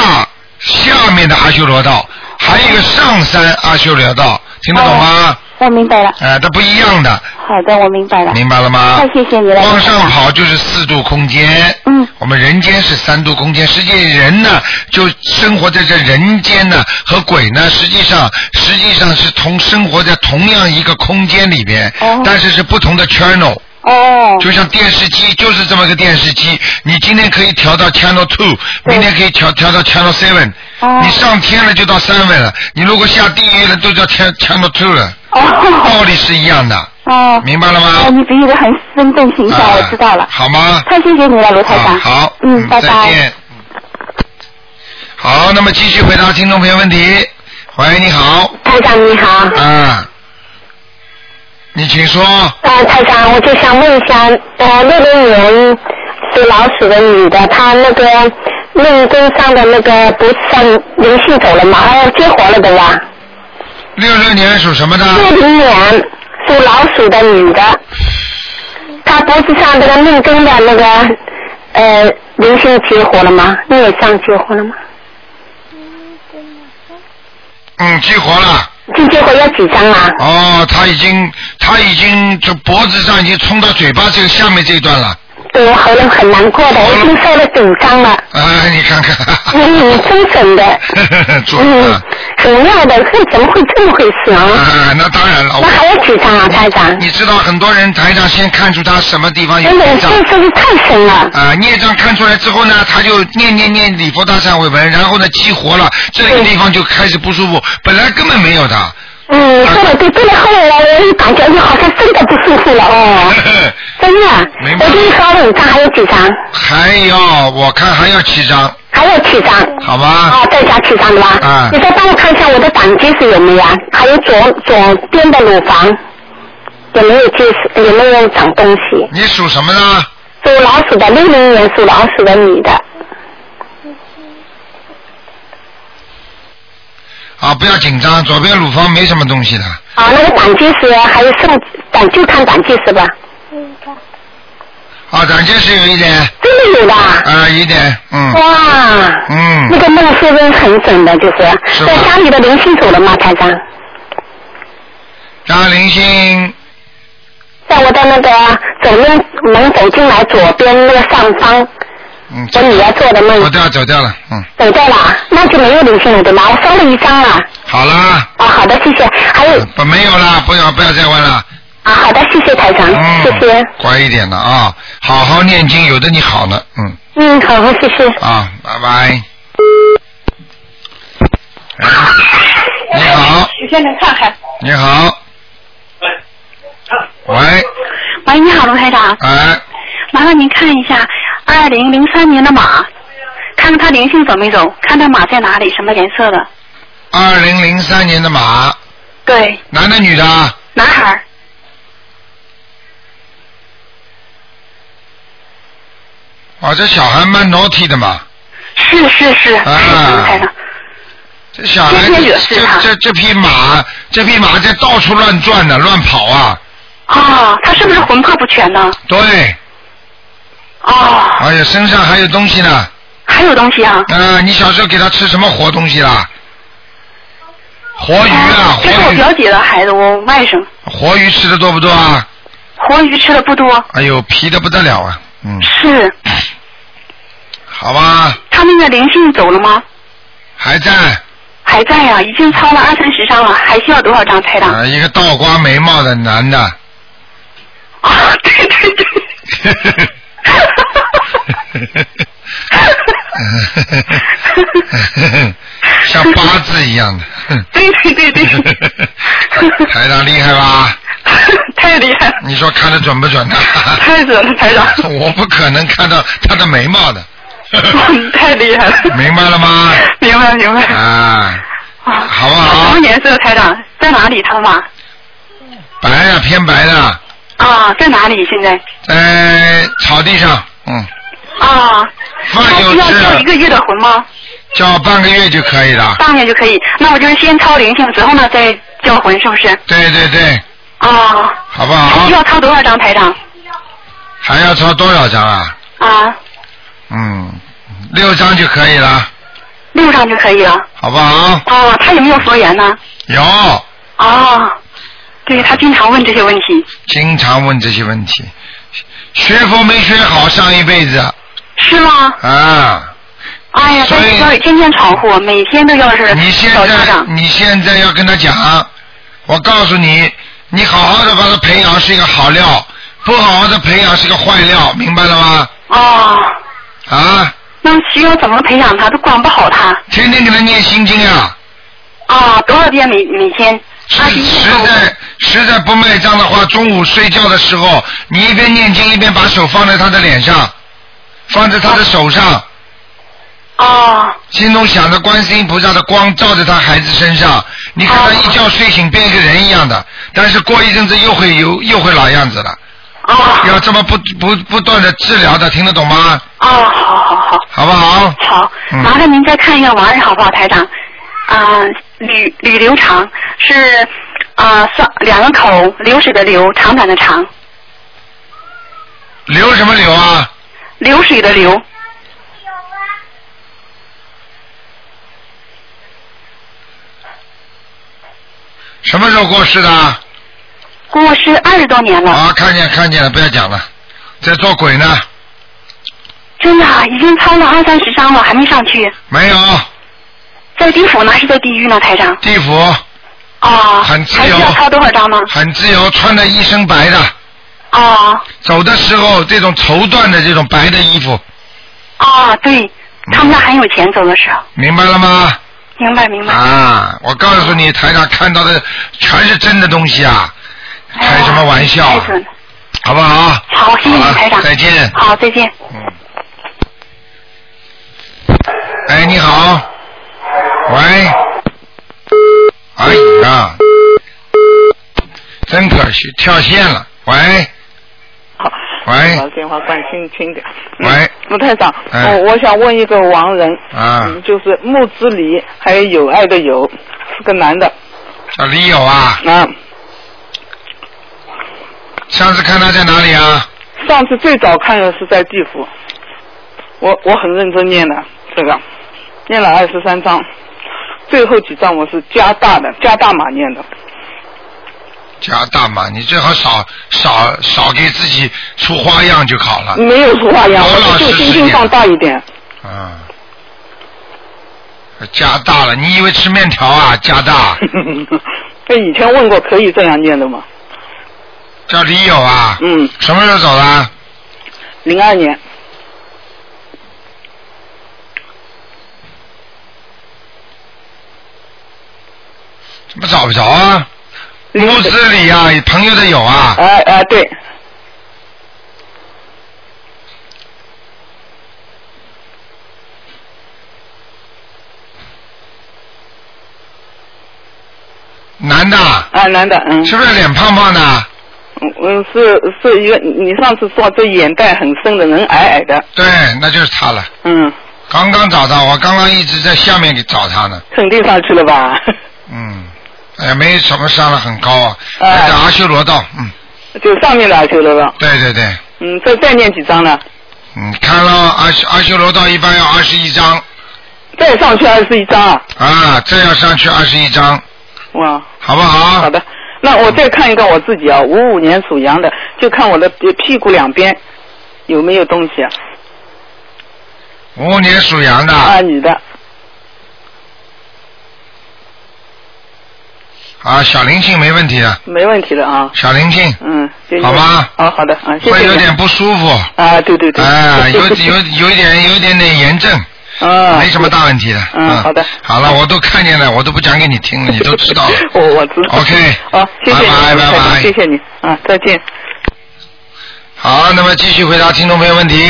A: 下面的阿修罗道，还有一个上山阿修罗道，听得懂吗？
F: 哦
G: 我明白了。
A: 哎、它不一样的，
G: 好的，我明白了。
A: 明白了吗？
G: 太谢谢你了
A: 往上跑就是四度空间。
G: 嗯
A: 我们人间是三度空间，实际人呢就生活在这人间呢，和鬼呢实际上实际上是同生活在同样一个空间里边，
G: 哦
A: 但是是不同的 channel，
G: 哦，
A: 就像电视机就是这么个电视机，你今天可以调到 channel two，
G: 对
A: 明天可以调调到 channel seven，、
G: 哦
A: 你上天了就到 seven 了，你如果下地狱了都叫 chan- channel two 了，道
G: 哦
A: 理是一样的，
G: 哦，
A: 明白了吗？
F: 哎
G: 哦，你比喻的很生动形象，
A: 啊
G: 我知道了。
A: 好吗？
G: 太谢谢你了，卢台
A: 啊
G: 长。
A: 好，
G: 嗯，拜
A: 再
G: 拜。
A: 见。嗯好，那么继续回答听众朋友问题。喂，你好，
F: 台长你好，
A: 啊，你请说。
F: 呃，台长，我就想问一下，呃，六六年属老鼠的女的，她那个命根上的那个不算灵性走了吗？哦，激活了的呀。
A: 六六年属什么的？
F: 六零年属老鼠的女的，她脖子上这个命根的那个呃灵性激活了吗？孽障激活了吗？
A: 嗯，激活了。
F: 这激活要几张啊？
A: 哦，他已经，他已经就脖子上已经冲到嘴巴这个下面这一段了。
F: 对我喉咙很难过的，我已经烧了九张了。
A: 啊，你看看。
F: 嗯，真准的。
A: 做
F: 嗯
A: 啊，
F: 很妙的，这怎么会这么回事 啊？
A: 啊，那当然了。
F: 那还有几张啊，台长？
A: 你知道很多人台上先看出他什么地方有
F: 真的
A: 孽，障
F: 这，真是太神了。
A: 啊、孽障看出来之后呢，他就念念念礼佛大忏悔文，然后呢激活了，这个地方就开始不舒服，本来根本没有的。
F: 嗯，
A: 啊
F: 说的对，真的后来我感觉就好像真的不舒服了 哦，真的
A: 明。白
F: 我给你烧了五张，还有几张？
A: 还要我看还要七张，
F: 还有七张。
A: 好吧？
F: 哦，再加七张的吧？
A: 啊
F: 你再帮我看一下我的胆结石有没有啊？还有左左边的乳房有没有结石？有没有长东西？
A: 你属什么呢？
F: 属老鼠的，六零年属老鼠的女的。
A: 啊，不要紧张，左边乳房没什么东西的。
F: 啊，那个胆结石还有肾胆，就看胆结石吧，
A: 啊，胆结石有一点，
F: 真的有的啊。
A: 啊，有一点，嗯
F: 哇，那
A: 嗯，
F: 个梦是不是很准的？就是
A: 是吧
F: 在家里的灵性走了吗，台长？
A: 张灵星，
F: 在我的那个左面门走进来左边那个上方，
A: 嗯，
F: 我女儿做的
A: 走
F: 梦
A: 掉走掉了，嗯，
F: 走掉了，那就没有灵性了对吗？我烧了一张了。
A: 好啦，
F: 啊，好的，谢谢。还有
A: 不没有啦，不要不要再问了。
F: 啊，好的，谢谢台长，
A: 嗯，
F: 谢谢。
A: 乖一点的啊，好好念经，有的你好呢，嗯
F: 嗯，好，谢谢。
A: 啊，拜拜。哎你好，
D: 许先生看看。
A: 你好，喂，
D: 喂，你好，卢台长，
A: 哎，
D: 麻烦您看一下二零零三年的马，看看它灵性走没走，看它马在哪里，什么颜色的？
A: 二零零三年的马，
D: 对，
A: 男的女的？
D: 男孩儿。
A: 哦，这小孩蛮 naughty 的嘛，
D: 是是是，
A: 啊
F: 哎
D: 卢台长，
A: 这小孩
D: 天天
A: 这
D: 惹事
A: 这
D: 他
A: 这这匹马，这匹马在到处乱转呢，乱跑啊，
D: 哦，他是不是魂魄不全呢？
A: 对，
D: 哦，
A: 哎呀，身上还有东西呢，
D: 还有东西啊，
A: 嗯，你小时候给他吃什么活东西啦？活鱼啊，
D: 哎哦这是
A: 活
D: 我
A: 鱼，
D: 表姐的孩子，我外甥，
A: 活鱼吃的多不多啊？
D: 活鱼吃的不多，
A: 哎呦，皮的不得了啊！嗯，
D: 是
A: 好吧，
D: 他那个灵性走了吗？
A: 还在
D: 还在呀、已经超了二三十张了，还需要多少张台长？
A: 啊、一个倒刮眉毛的男的，
D: 啊，对对对，
A: 像八字一样的。
D: 对 对对对，
A: 台长厉害吧？
D: 太厉害了，
A: 你说看的准不准呢、
D: 太准了，台长，
A: 我不可能看到他的眉毛的，
D: 太厉害了，
A: 明白了吗？
D: 明白明白。
A: 啊，
D: 啊，
A: 好不好
D: 什么颜色，台长？在哪里，他妈？
A: 白的偏白的，
D: 啊，在哪里？现在
A: 在草地上，嗯，
D: 啊，
A: 饭
D: 那
A: 有
D: 需要叫
A: 吃，
D: 一个月的魂吗？
A: 叫半个月就可以了。
D: 半年就可以。那我就是先抄灵性，之后呢再叫魂，是不是？
A: 对对对，
D: 啊，
A: 好不
D: 还
A: 好？
D: 需要抄多少张台长？
A: 还要抄多少张啊？
D: 啊，
A: 嗯，六张就可以了，
D: 六张就可以了。
A: 好不好？
D: 啊，他有没有佛缘呢？
A: 有，
D: 啊，对他经常问这些问题。
A: 经常问这些问题，学佛没学好，上一辈子
D: 是吗？
A: 啊。
D: 哎呀，
A: 所
D: 但
A: 以
D: 是要天天闯祸，每天都要是
A: 你现
D: 找家
A: 在
D: 长。
A: 你现在要跟他讲，我告诉你，你好好的把他培养是一个好料，不好好的培养是个坏料，明白了吗？
D: 哦，
A: 啊，
D: 那需要怎么培养他？都管不好他。
A: 天天给他念心经啊，
D: 啊，多少遍每每天？
A: 实
D: 二十啊一
A: 实
D: 遍吧。
A: 在实在不卖账的话，中午睡觉的时候，你一边念经一边把手放在他的脸上，放在他的手上，
D: 哦，
A: 心中想着观世音菩萨的光照在他孩子身上，你看他一觉睡醒变一个人一样的，但是过一阵子又会有又会老样子了。
D: 哦，
A: 要这么不不不断的治疗的，听得懂吗？
D: 哦，好好好。
A: 好不好？
D: 好，
A: 嗯
D: 麻烦您再看一个王人好不好，台长？啊、吕吕留长是啊，算、两个口，流水的流，长短的长，
A: 流什么流啊？
D: 流水的流，
A: 什么时候过世的？啊，
D: 过世二十多年了，
A: 看见看见了，不要讲了，在做鬼呢？
D: 真的啊已经超了二三十张了，还没上去，
A: 没有，
D: 在地府呢，还是在地狱呢，台长？
A: 地府
D: 啊、
A: 很自
D: 还
A: 由
D: 需要超多少张呢？
A: 很自由，穿的一身白的，
D: 啊、
A: 走的时候这种绸缎的这种白的衣服，
D: 啊、
A: 嗯
D: 对，他们家很有钱，走的时候，
A: 明白了吗？
D: 明白明白。
A: 啊，我告诉你，台上看到的全是真的东西啊，开什么玩笑
D: 哎呀
A: 啊
D: 太准了。
A: 好不好？
D: 好，谢谢
A: 好
D: 你，
A: 了啊
D: 台长。
A: 再见
D: 好，再见。
A: 嗯。哎，你好。喂。哎呀，真可惜，跳线了。喂。
B: 好，
A: 喂
B: 把电话关轻轻点。
A: 哎喂
B: 嗯卢台长，哦
A: 哎
B: 我我想问一个亡人，
A: 啊，
B: 嗯就是木之离，还有友爱的友，是个男的
A: 小李友啊，
B: 啊。
A: 上次看他在哪里啊？
B: 上次最早看的是在地府，我我很认真念的这个，念了二十三章，最后几章我是加大的，加大码念的。
A: 加大嘛，你最好少少少给自己出花样就好了。
B: 没有说话呀，
A: 老老
B: 我就
A: 实实
B: 心性
A: 念
B: 放大一点。
A: 啊，加大了，你以为吃面条啊？加大，
B: 那以前问过可以这样念的吗？
A: 叫李友啊，
B: 嗯，
A: 什么时候走的啊？
B: 零二年
A: 怎么找不着啊？
B: 零
A: 屋子里啊，朋友的有啊，
B: 哎哎，对，
A: 男的啊，
B: 啊，男的，嗯，
A: 是不是脸胖胖的？
B: 嗯嗯，是是一个，你上次说这眼袋很深的人，矮矮的，
A: 对，那就是他了。
B: 嗯，
A: 刚刚找到，我刚刚一直在下面给找他呢。
B: 肯定上去了吧？
A: 嗯，哎呀，没什么上了很高啊，
B: 哎
A: 在阿修罗道。嗯，
B: 就上面的阿修罗了，
A: 对对对，
B: 嗯，再再念几张呢？
A: 嗯，看了阿修阿修罗道一般要二十一张
B: 再上去二十一张啊，
A: 啊，这要上去二十一张，
B: 哇，
A: 好不好？
B: 好的。那我再看一个我自己啊，五五年属羊的，就看我的屁屁股两边有没有东西啊？
A: 五五年属羊的，
B: 啊，女的，
A: 啊，小灵性没问题的，
B: 没问题的啊。
A: 小灵性
B: 嗯，就
A: 好吧
B: 哦，好的啊，谢谢
A: 会
B: 你
A: 有
B: 啊
A: 点不舒服，
B: 啊，对对对，
A: 哎，有有有一点有一点点炎症，
B: 啊，
A: 没什么大问题的。啊
B: 嗯好的
A: 好了，我都看见了，我都不讲给你听 了，你都知道了。
B: 我我知道。
A: OK
B: 好，嗯哦谢谢你，
A: 拜拜拜拜
B: 谢谢你啊，再见。
A: 好，那么继续回答听众朋友问题。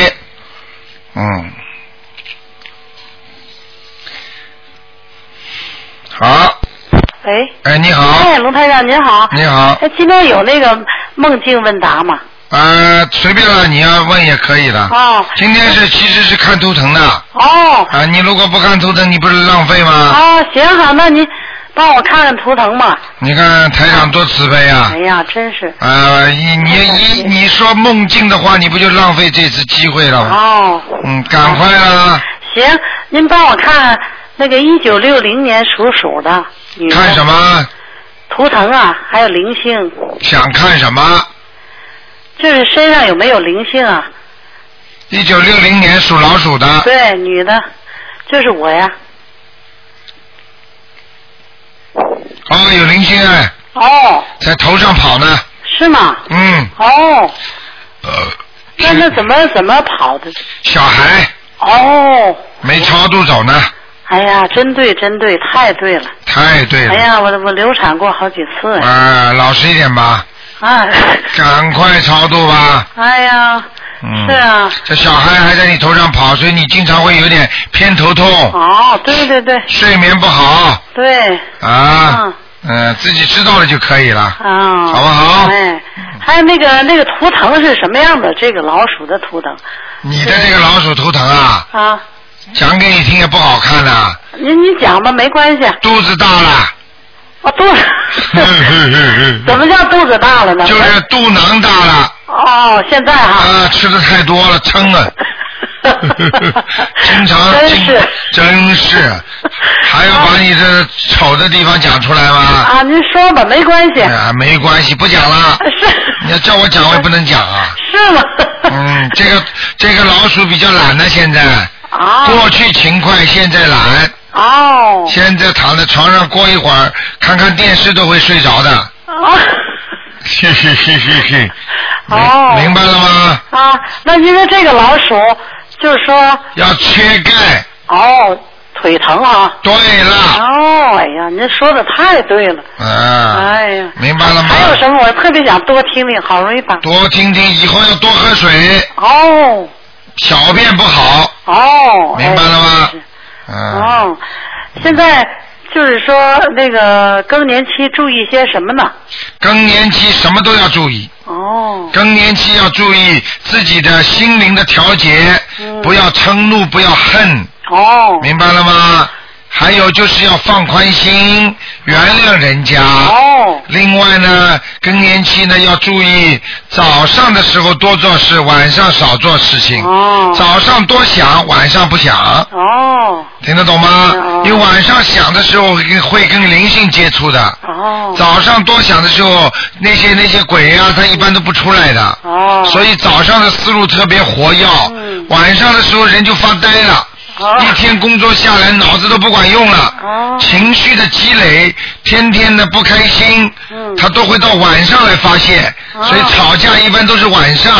A: 嗯，好，
H: 喂，
A: 哎，你好，
H: 哎，卢台长您好，
A: 你好，
H: 哎，今天有那个梦境问答吗？
A: 呃，随便了，你要问也可以了。
D: 哦
A: 今天是其实是看图腾的啊、
D: 哦
A: 你如果不看图腾，你不是浪费吗？
D: 哦，行好，那您帮我看看图腾嘛。
A: 你看台长多慈悲啊！
D: 哎呀，真是。
A: 啊，你你你你说梦境的话，你不就浪费这次机会了吗？
D: 哦，
A: 嗯，赶快啦，
D: 行，您帮我看看那个一九六零年属鼠的女的
A: 看什么？
D: 图腾啊，还有灵性，
A: 想看什么？
D: 就是身上有没有灵性啊？
A: 一九六零年属老鼠的，
D: 对，女的，就是我呀。
A: 哦，有灵性哎，
D: 哦，
A: 在头上跑呢，
D: 是吗？
A: 嗯，
D: 哦，
A: 呃，
D: 那那怎么怎么跑的？
A: 小孩
D: 哦，
A: 没超度走呢，
D: 哎呀，真对，真对，太对了。
A: 太对
D: 哎
A: 了，
D: 呀，我我流产过好几次呀
A: 啊，老实一点吧，
D: 啊！
A: 赶快超度吧，
D: 哎呀，
A: 嗯，
D: 是啊，
A: 这小孩还在你头上跑，所以你经常会有点偏头痛，
D: 哦，对对对
A: 睡眠不好
D: 对，
A: 啊
D: 嗯，
A: 嗯，自己知道了就可以了，
D: 啊，
A: 好不好嗯
D: 哎，还有那个那个图腾是什么样的？这个老鼠的图腾
A: 你的这个老鼠头疼啊，
D: 啊，
A: 讲给你听也不好看呐、
D: 您您讲吧，没关系。
A: 肚子大了，
D: 哦，肚子
A: 嗯
D: 怎么叫肚子大了呢？
A: 就是肚囊大了，
D: 哦，现在哈，
A: 啊，吃的太多了，撑 了，嗯 经常
D: 真
A: 经
D: 是
A: 真是， 还要把你这丑的地方讲出来吗？
D: 啊啊，您说吧，没关系。
A: 啊，没关系，不讲了。
D: 是
A: 你要叫我讲，我也不能讲 啊。
D: 是吗？
A: 嗯， 这个这个老鼠比较懒呢，现在
D: 哦
A: 过去勤快，现在懒，
D: 哦
A: 现在躺在床上过一会儿看看电视都会睡着的。
D: 哦
A: 是是是是是，明
D: 哦
A: 明白了吗？
D: 啊！那因为这个老鼠，就是说
A: 要缺钙。
D: 哦，腿疼啊。
A: 对了，
D: 哦，哎呀，您说的太对了，
A: 啊，
D: 哎呀，
A: 明白了
D: 还有什
A: 吗？
D: 么？我特别想多听听，好容易把
A: 多听听，以后要多喝水，
D: 哦
A: 小便不好，
D: 哦，
A: 明白了吗
D: 哎是？
A: 嗯，
D: 哦，现在就是说那个更年期注意些什么呢？
A: 更年期什么都要注意，
D: 哦
A: 更年期要注意自己的心灵的调节，
D: 嗯
A: 不要嗔怒，不要恨，
D: 哦
A: 明白了吗？还有就是要放宽心，原谅人家。
D: 哦
A: 另外呢，更年期呢要注意早上的时候多做事，晚上少做事情。
D: 哦
A: 早上多想，晚上不想，
D: 哦
A: 听得懂吗？
D: 哦
A: 你晚上想的时候会跟会跟灵性接触的，
D: 哦
A: 早上多想的时候，那些那些鬼啊，他一般都不出来的。
D: 哦，
A: 所以早上的思路特别活跃，
D: 嗯
A: 晚上的时候人就发呆了，
D: 哦
A: 一天工作下来脑子都不管用了。
D: 哦
A: 情绪的积累，天天的不开心，
D: 嗯
A: 他都会到晚上来发泄，
D: 哦
A: 所以吵架一般都是晚上，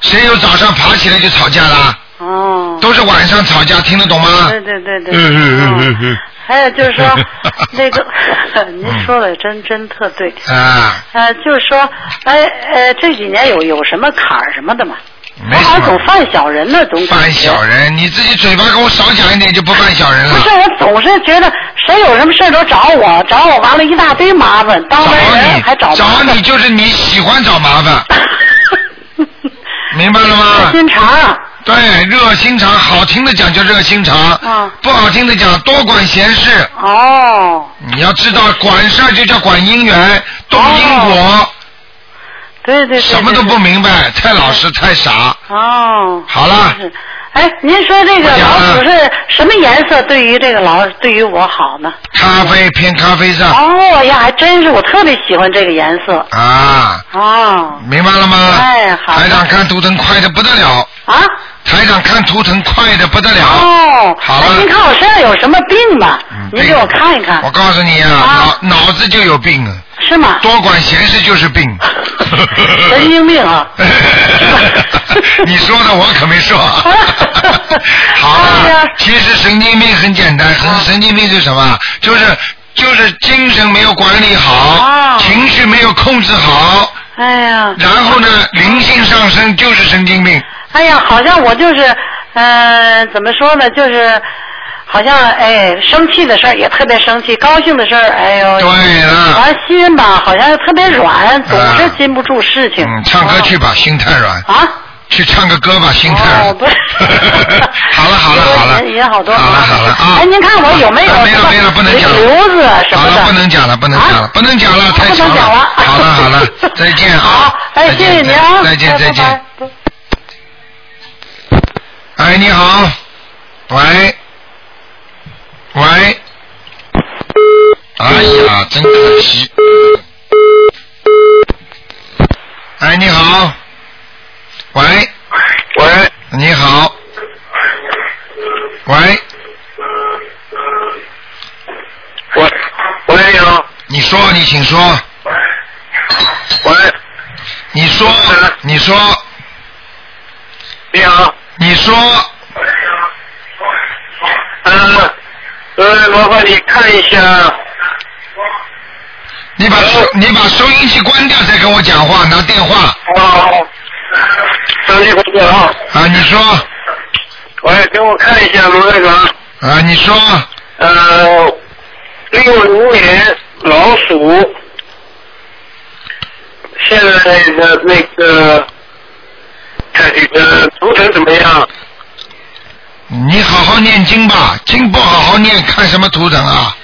A: 谁有早上爬起来就吵架啦？
D: 哦，
A: 都是晚上吵架，听得懂吗？
D: 对对对对，
A: 嗯嗯嗯嗯嗯
D: 哦还 有就是说，那个 您说的真真特对，
A: 啊，
D: 呃，就是说，哎呃，这几年有有什么坎儿什么的吗？我
A: 没
D: 好
A: 什
D: 像总
A: 么。
D: 犯小人呢，总感觉
A: 犯小。人，啊你自己嘴巴给我少讲一点，就不犯小人
D: 不是，
A: 了。
D: 我总是觉得谁有什么事儿都找我，找我完了一大堆麻烦，当
A: 找
D: 了人
A: 你
D: 还找麻
A: 找
D: 烦
A: 你就是你喜欢找麻 烦，明白了吗
D: 热？心肠啊，
A: 对，热心肠，好听的讲叫热心肠，
D: 嗯
A: 不好听的讲多管闲事。
D: 哦，
A: 你要知道，管事儿就叫管姻缘，动因果，
D: 对对对对，
A: 什么都不明白，太老实太傻。
D: 对哦，
A: 好了，
D: 是。哎，您说这个
A: 啊我讲啊了
D: 老鼠是什么颜色？对于这个老，对于我好呢？
A: 咖啡偏咖啡色、
D: 哦呀，还真是，我特别喜欢这个颜色。
A: 啊，
D: 哦
A: 明白了吗？
D: 哎好的
A: 台长看图腾快的不得了，
D: 啊
A: 台长看图腾快的不得了。
D: 哦，
A: 好了
D: 哎您看我身上有什么病吧？
A: 嗯
D: 您给我看一看
A: 我，告诉你啊，
D: 啊
A: 脑脑子就有病啊，
D: 是吗？。
A: 多管闲事就是病！
D: 神经病啊
A: 你说的我可没说。好
D: 哎
A: 了
D: 呀，
A: 其实神经病很简单，神神经病是什么？就是就是精神没有管理好，
D: 啊
A: 情绪没有控制好，
D: 哎呀，
A: 然后呢，灵性上升就是神经病。
D: 呃哎呀，好像我就是，嗯、怎么说呢，就是。
I: 好像哎生气的事儿也特别生气，高兴的事儿哎呦，
A: 对了
D: 哎
I: 完心吧好像特别软，总是
A: 啊
I: 禁不住事情。哦
A: 嗯，唱歌去吧，心太软。
I: 啊，
A: 去唱个歌吧，心太
I: 哦
A: 软。
I: 对，
A: 好了好了好 了，
I: 也好多
A: 好了好了啊！
I: 哎，您看我有没有
A: 啊没
I: 什
A: 了
I: 么
A: 没了，不能讲了。
I: 瘤子什
A: 好
I: 么
A: 了，不
I: 的？
A: 能讲了，不能讲了，
I: 啊
A: 不能讲了，太
I: 不
A: 长
I: 能讲了
A: 好了好 了，再见啊
I: 好！，哎，
A: 再
I: 谢
A: 见
I: 谢您啊，
A: 再见
I: 哎
A: 再。
I: 拜
A: 见
I: 拜。
A: 哎，你好，喂，喂，哎呀，真可惜。哎，你好，喂，喂，你好，喂，
J: 喂，喂，你好，
A: 你说，你请说，
J: 喂，
A: 你说，你说，
J: 你好，
A: 你说，
J: 呃，呃，麻烦你看一下，
A: 你把收，你把收音机关掉再跟我讲话，拿电话
J: 哦，手机回去啊，
A: 啊，你说，
J: 喂，给我看一下卢队长，
A: 啊，你说，
J: 呃，六零年老鼠，现在的那个，看你的图腾怎么样？
A: 你好好念经吧，经不好好念，看什么图腾啊？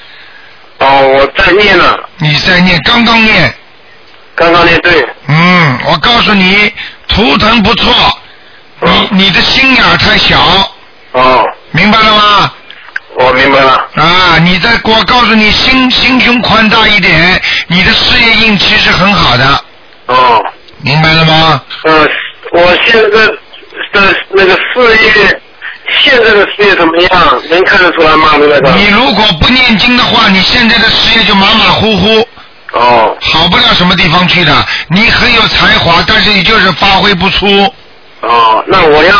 J: 哦，我在念了，
A: 你在念，刚刚念，
J: 刚刚念对，
A: 嗯，我告诉你，图腾不错，你你的心眼儿太小，
J: 哦，
A: 明白了吗？
J: 我明白了，
A: 啊，你在我告诉你，心心胸宽大一点，你的事业运气是很好的，
J: 哦。
A: 明白了吗？
J: 呃，我现在的那个事业，现在的事业怎么样？能看得出来吗？那个
A: 你如果不念经的话，你现在的事业就马马虎虎，
J: 哦
A: 好不了什么地方去的。你很有才华，但是你就是发挥不出。
J: 哦，那我要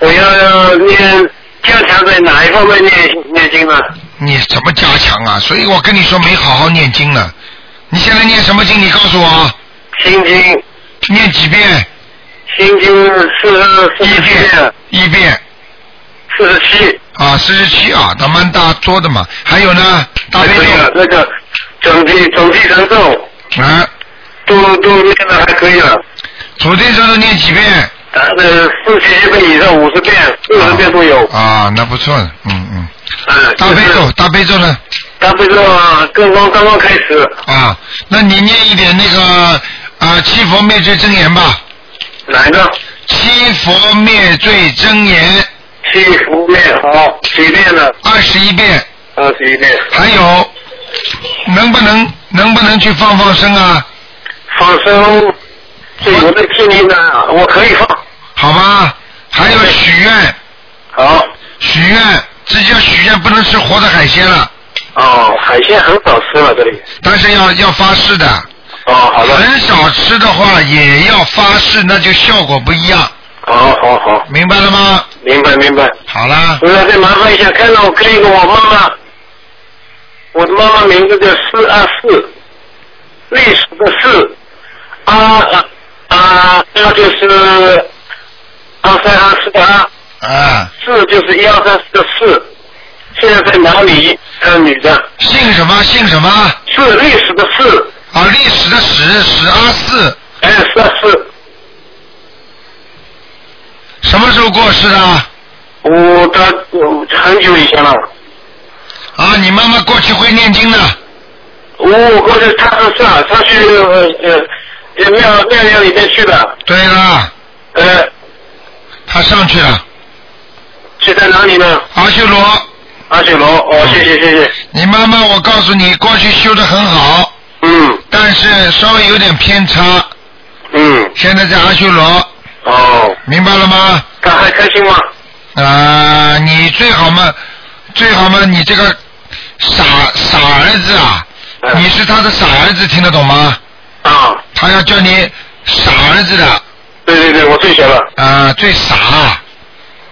J: 我要念加强在哪一方面念念经呢？
A: 你怎么加强啊？所以我跟你说没好好念经呢。你现在念什么经？你告诉我，
J: 心经，
A: 念几遍？
J: 心经四十四
A: 一
J: 十
A: 遍
J: 七，，啊
A: 一遍
J: 四十七，
A: 啊，四十七啊，那蛮大做的嘛。还有呢，大悲
J: 那个
A: 咒
J: 啊那个整体整体神咒
A: 啊，
J: 都都念的还可以啊了。
A: 主地咒都念几遍？
J: 呃，四十七遍以上，五十遍、六十遍都有。
A: 啊，那不错，嗯嗯。
J: 嗯，
A: 大悲
J: 就是
A: 咒，大悲咒呢？
J: 大悲咒啊，刚刚刚刚开始，
A: 啊，那你念一点那个啊七佛灭罪真言吧，
J: 哪一个？
A: 七佛灭罪真言
J: 七福面好，几遍呢？啊
A: 二十一遍，
J: 二十一遍。
A: 还有能不能能不能去放放生啊？
J: 放生，这我的听您的，我可以放。
A: 好吧，还有许愿，
J: 好，
A: 许愿，这叫许愿，不能吃活的海鲜了，
J: 哦，海鲜很少吃了这里。
A: 但是要要发誓的，
J: 哦，好的，
A: 很少吃的话也要发誓，那就效果不一样，
J: 好哦好好，
A: 明白了吗？
J: 明白明白。
A: 好啦，
J: 我要再麻烦一下，看到我跟一个我妈妈，我的妈妈名字叫四二四，历史的四，啊啊啊，那就是二三二四的二。
A: 啊，
J: 四就是一二三四的四，现在在哪里？呃，女的，
A: 姓什么姓什么
J: 是历史的四，
A: 啊？历史的史史阿四，
J: 哎，是啊是，
A: 什么时候过世的？
J: 我的我很久以前了，
A: 啊，你妈妈过去会念经的，
J: 我我过去她哦是啊，她去呃呃庙庙庙里面去了，
A: 对啦，
J: 呃，
A: 她上去了，
J: 去在哪里呢？
A: 阿修罗，
J: 阿修罗，哦，谢谢谢谢，
A: 你妈妈我告诉你，过去修的很好，
J: 嗯
A: 但是稍微有点偏差，
J: 嗯，
A: 现在在阿修罗，
J: 哦，
A: 明白了吗？
J: 她还开心吗？
A: 啊、你最好嘛，最好嘛，你这个傻傻儿子啊，
J: 嗯
A: 你是他的傻儿子，听得懂吗？
J: 啊，
A: 他要叫你傻儿子的，啊、啊
J: 对对对，我最小了，
A: 最傻，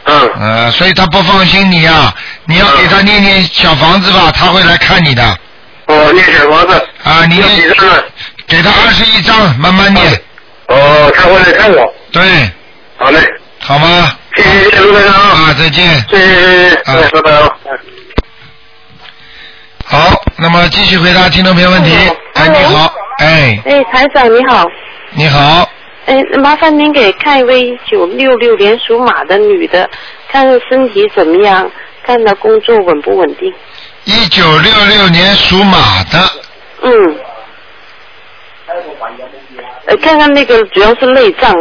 J: 嗯，
A: 呃，所以他不放心你呀、你要给他念念小房子吧，他会来看你的，啊、
J: 我念小房子，
A: 你
J: 要几张呢？
A: 给他二十一张，慢慢念，
J: 哦，她会来看我，
A: 对，
J: 好嘞，
A: 好吗？
J: 谢谢谢谢卢台长。
A: 啊，再见。
J: 谢谢谢谢卢台长。
A: 好，那么继续回答听众朋友问题。哎，你好，哎，
D: 哎，台长你好，
A: 你好，
D: 哎，麻烦您给看一位九六六年属马的女的，看身体怎么样，看她工作稳不稳定。
A: 一九六六年属马的，
D: 嗯，呃，看看那个主要是内脏，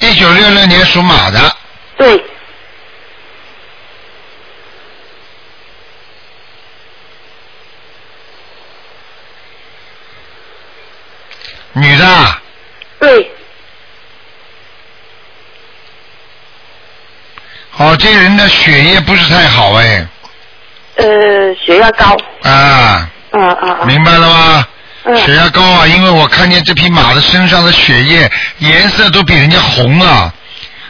A: 一九六六年属马的，
D: 对，
A: 女的啊，
D: 对，
A: 哦，这人的血液不是太好哎，
D: 呃，血压高，
A: 啊，
D: 啊啊啊，
A: 明白了吗？
D: 嗯
A: 血压高啊，因为我看见这匹马的身上的血液颜色都比人家红啊，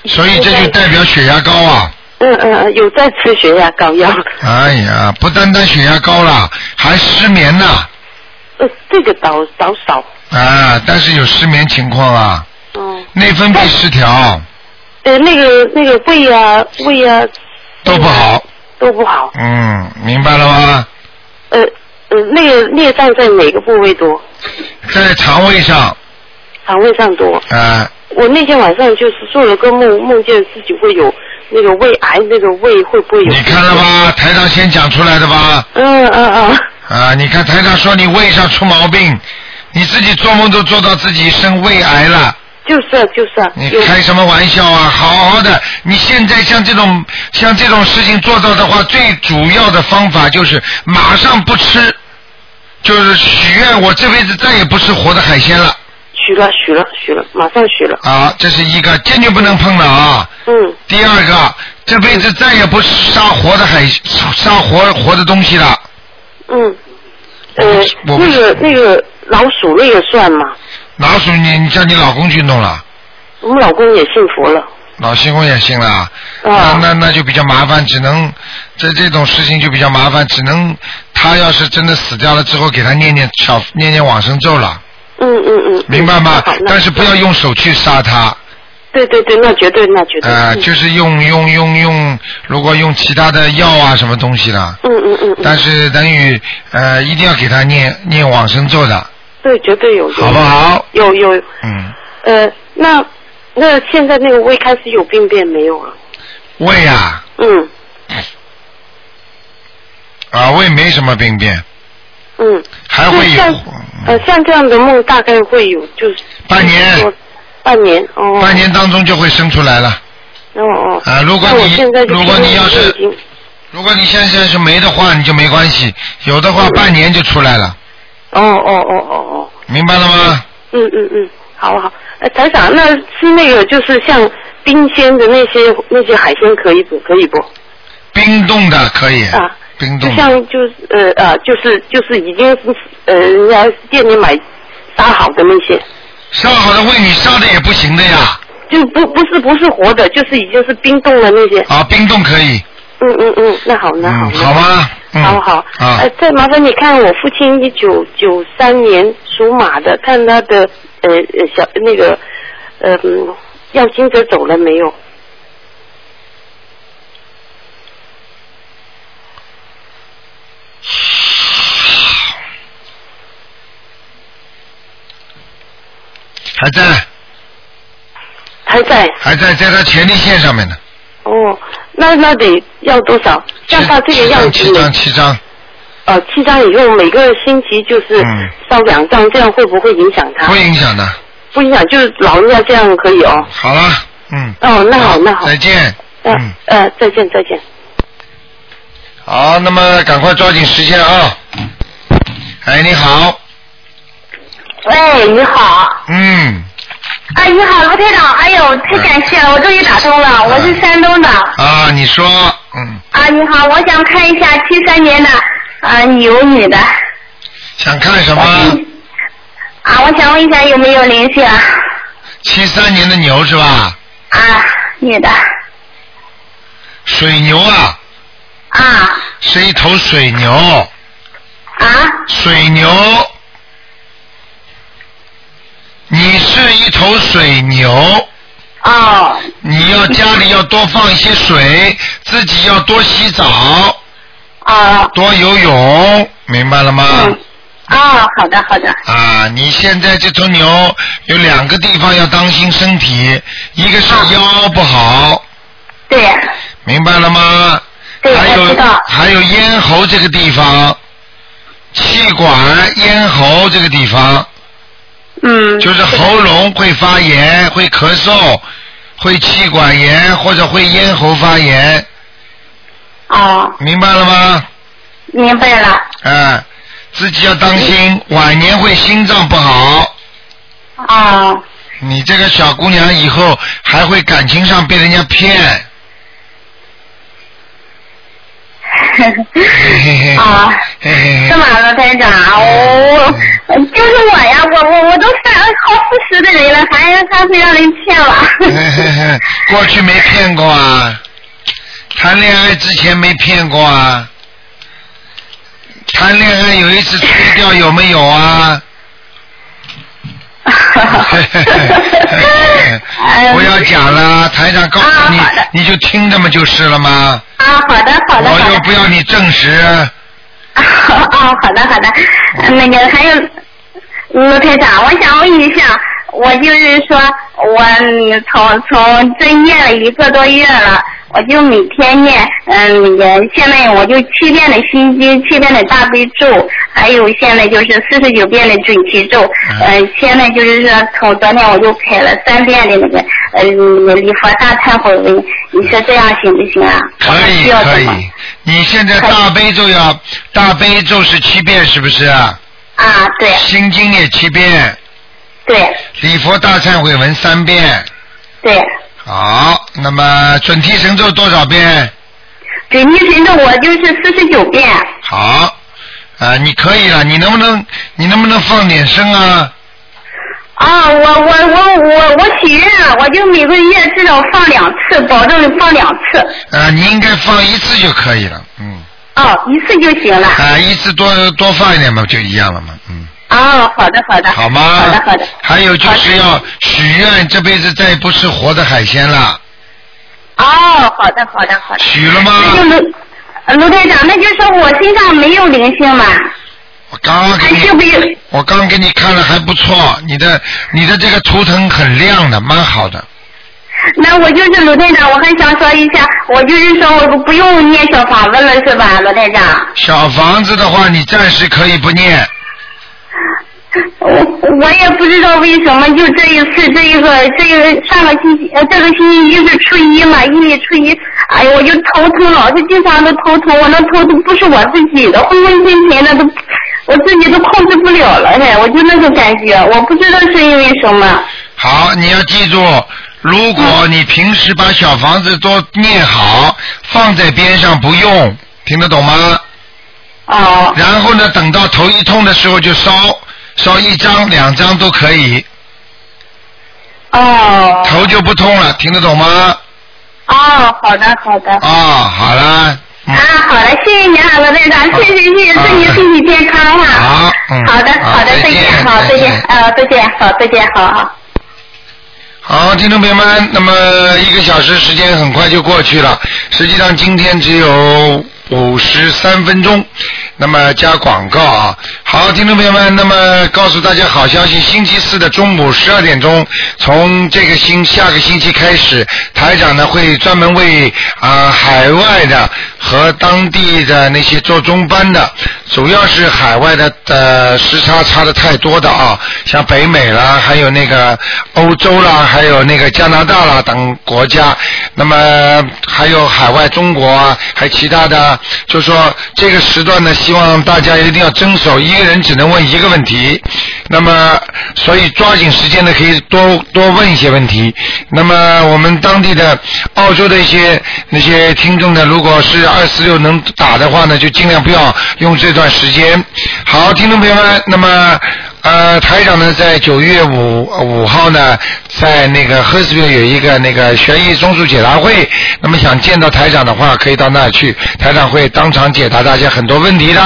A: 所以这就代表血压高啊。
D: 嗯嗯嗯，有在吃血压高 药，
A: 哎呀，不单单血压高了，还失眠呐
D: 呃，这个倒倒少，
A: 啊，但是有失眠情况啊。内分泌失调
D: 呃，那个那个胃啊胃啊
A: 都不好，
D: 都不好，
A: 嗯，明白了吗？
D: 呃呃，那个孽障在哪个部位多？
A: 在肠胃上，
D: 肠胃上多。
A: 啊，
D: 我那天晚上就是做了个梦，梦见自己会有那个胃癌，那个胃会不会有？
A: 你看了吧？台长先讲出来的吧？
D: 嗯嗯嗯。
A: 啊，你看台长说你胃上出毛病，你自己做梦都做到自己生胃癌了。
D: 就是啊就是啊，
A: 你开什么玩笑啊！好好的，你现在像这种像这种事情做到的话，最主要的方法就是马上不吃，就是许愿我这辈子再也不吃活的海鲜了。
D: 许了许了许了，马上许了。
A: 啊，这是一个，坚决不能碰了啊。
D: 嗯。
A: 第二个，这辈子再也不杀活的海杀活活的东西了。
D: 嗯，呃，
A: 我不
D: 那个那个老鼠那个算吗？
A: 老鼠你，你叫你老公去弄了，
D: 我们老公也信佛了。
A: 老新公也信了，那
D: 啊
A: 那那就比较麻烦，只能这这种事情就比较麻烦，只能他要是真的死掉了之后，给他念念小念念往生咒了，
D: 嗯嗯嗯。
A: 明白吗
D: 好？那
A: 但是不要用手去杀他，
D: 对对对，那绝对那绝对。嗯
A: 呃，就是用用用用，如果用其他的药啊什么东西的，
D: 嗯嗯嗯嗯。
A: 但是等于呃一定要给他念念往生咒的，
D: 对，绝对有。有
A: 好不好？
D: 有有，
A: 嗯，
D: 呃，那那现在那个胃开始有病变没有了？
A: 胃啊
D: 嗯
A: 啊胃没什么病变，
D: 嗯。
A: 还会
D: 那
A: 有嗯
D: 像呃，像这样的梦大概会有，就是
A: 半
D: 嗯
A: 年，
D: 半年哦。
A: 半年当中就会生出来了。
D: 哦哦。
A: 啊如果
D: 那我
A: 你
D: 现在就
A: 如果你要是
D: 已经
A: 如果你现在是没的话，你就没关系；有的
D: 嗯
A: 话，半年就出来了，
D: 哦哦哦哦哦，
A: 明白了吗？
D: 嗯嗯嗯，好好。呃，台长，那吃那个就是像冰鲜的那些那些海鲜可以不可以不？
A: 冰冻的可以，
D: 啊，
A: 哎冰
D: 就
A: 冻的
D: 像就是呃啊，就是就是已经呃人家店里买杀好的那些，
A: 杀好的胃你杀的也不行的呀，
D: 就不不是不是活的，就是已经是冰冻的那些。
A: 啊，冰冻可以，
D: 嗯嗯嗯，那好那好
A: 嗯，好吗？嗯，
D: 好好，
A: 啊
D: 呃，再麻烦你看我父亲一九九三年属马的，看他的呃呃小那个呃嗯要金者走了没有？
A: 还在，
D: 还在
A: 还在，在他前列腺上面呢，
D: 哦，那那得要多少？像他这个样
A: 七
D: 子，
A: 张，七张，
D: 呃，七张以后每个星期就是烧两张，这样会嗯不会影响他？
A: 不影响的。
D: 不影响，就是老人家这样可以哦。
A: 好了，嗯，
D: 哦，那好那好，
A: 再见。
D: 嗯呃，再见再见。
A: 好，那么赶快抓紧时间啊！哎，你好，
F: 喂，你好，
A: 嗯，
F: 哎，你好，卢台长，哎呦，太感谢了，我终于打通了，我是山东的，
A: 啊，你说，嗯，
F: 啊，你好，我想看一下七三年的啊牛女的，
A: 想看什么？
F: 啊，我想问一下有没有联系啊？
A: 七三年的牛是吧？
F: 啊，女的，
A: 水牛啊。
F: 啊。
A: 是一头水牛。啊。
F: 啊。
A: 水牛。你是一头水牛。
F: 哦。
A: 你要家里要多放一些水，自己要多洗澡。
F: 啊。
A: 多游泳，明白了吗？
F: 啊、好的好的，
A: 啊，你现在这头牛有两个地方要当心身体，一个是
F: 啊
A: 腰不好。
F: 对。
A: 明白了吗？
F: 对，
A: 还
F: 我知
A: 有
F: 道
A: 还有咽喉这个地方，气管、咽喉这个地方。
F: 嗯。
A: 就是喉咙会发炎，会咳嗽，会气管炎或者会咽喉发炎，
F: 哦，
A: 明白了吗？
F: 明白了。
A: 啊，自己要当心，晚年会心脏不好。
F: 啊。
A: 你这个小姑娘以后还会感情上被人家骗。
F: 啊，是吗，罗台长？我我就是我呀，我我我都三好四十的人了，还还会让人骗了。
A: 过去没骗过啊，谈恋爱之前没骗过啊，谈恋爱有一次吹掉有没有 啊？
F: 哎
A: 不要讲
F: 啊
A: 了，台长告诉你，你就听着嘛就是了嘛。
F: 啊，好的好的
A: 我
F: 好
A: 又
F: 的。
A: 不要你证实，
F: 啊，好的好的，
A: 哦
F: 呃那个还有罗台长，我想问一下，我就是说我嗯从从真念了一个多月了，我就每天念，嗯，那个现在我就七遍的心经，七遍的大悲咒，还有现在就是四十九遍的准提咒，嗯、现在就是说从昨天我就开了三遍的那个呃礼佛大忏悔文，你说这样行不行啊？
A: 可以可以。你现在大悲咒要大悲咒是七遍是不是？啊，
F: 对。
A: 心经也七遍。
F: 对。
A: 礼佛大忏悔文三遍。
F: 对。
A: 好，那么准提神咒多少遍？
F: 准提神咒我就是四十九遍。
A: 好，啊、你可以了，你能不能你能不能放点声啊？
F: 啊，我我我我我许愿了，我就每个月至少放两次，保证放两次，
A: 啊，你应该放一次就可以了，嗯。
F: 哦，一次就行了。
A: 啊，一次多多放一点嘛，就一样了嘛，嗯，
F: 啊，好的好的。
A: 好吗？
F: 好的好的。
A: 还有就是要许愿，这辈子再也不吃活的海鲜了，
F: 哦，好的好的好的。
A: 许了吗？
F: 那就卢呃卢队长，那就说我身上没有灵性嘛？
A: 我刚刚
F: 哎
A: 给你，我刚刚给你看了还不错，你的你的这个图腾很亮的，蛮好的。
F: 那我就是卢队长，我还想说一下，我就是说我不用念小法文了是吧，卢队长？
A: 小房子的话，你暂时可以不念，
F: 我我也不知道为什么，就这一次，这一个，这个上个星期，呃，这个星期一是初一嘛，阴历初一，哎呀，我就头疼，老是经常都头疼，我那头疼不是我自己的，昏昏沉沉的都，我自己都控制不了了，哎，我就那种感觉，我不知道是因为什么。
A: 好，你要记住，如果你平时把小房子都念好，放在边上不用，听得懂吗？
F: 哦。
A: 然后呢，等到头一痛的时候就烧，烧一张、两张都可以。
F: 哦。
A: 头就不痛了，听得懂吗？
F: 哦，好的，好的。
A: 啊、好了，
F: 啊，好了，谢谢您啊，罗队长，谢谢谢谢，祝您身体健康哈、
A: 好，嗯，
F: 啊好的，好的，再见，好，再见，呃，再见，好，再见，好好。
A: 好，听众朋友们，那么一个小时时间很快就过去了，实际上今天只有五十三分钟，那么加广告啊。好，听众朋友们，那么告诉大家好消息，星期四的中午十二点钟，从这个星下个星期开始，台长呢会专门为啊、海外的和当地的那些做中班的，主要是海外的呃时差差的太多的啊，像北美啦，还有那个欧洲啦，还有那个加拿大啦等国家，那么还有海外中国啊，还有其他的，啊就说这个时段呢，希望大家一定要遵守，一个人只能问一个问题，那么所以抓紧时间呢，可以多多问一些问题。那么我们当地的澳洲的一些那些听众呢，如果是二四六能打的话呢，就尽量不要用这段时间。好，听众朋友们，那么呃，台长呢在九月五五号呢，在那个赫斯维有一个那个悬疑综述解答会，那么想见到台长的话，可以到那儿去，台长会当场解答大家很多问题的。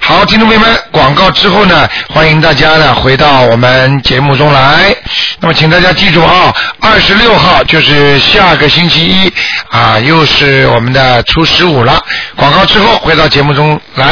A: 好，听众朋友们，广告之后呢，欢迎大家呢回到我们节目中来。那么，请大家记住啊，二十六号就是下个星期一啊，又是我们的初十五了。广告之后回到节目中来。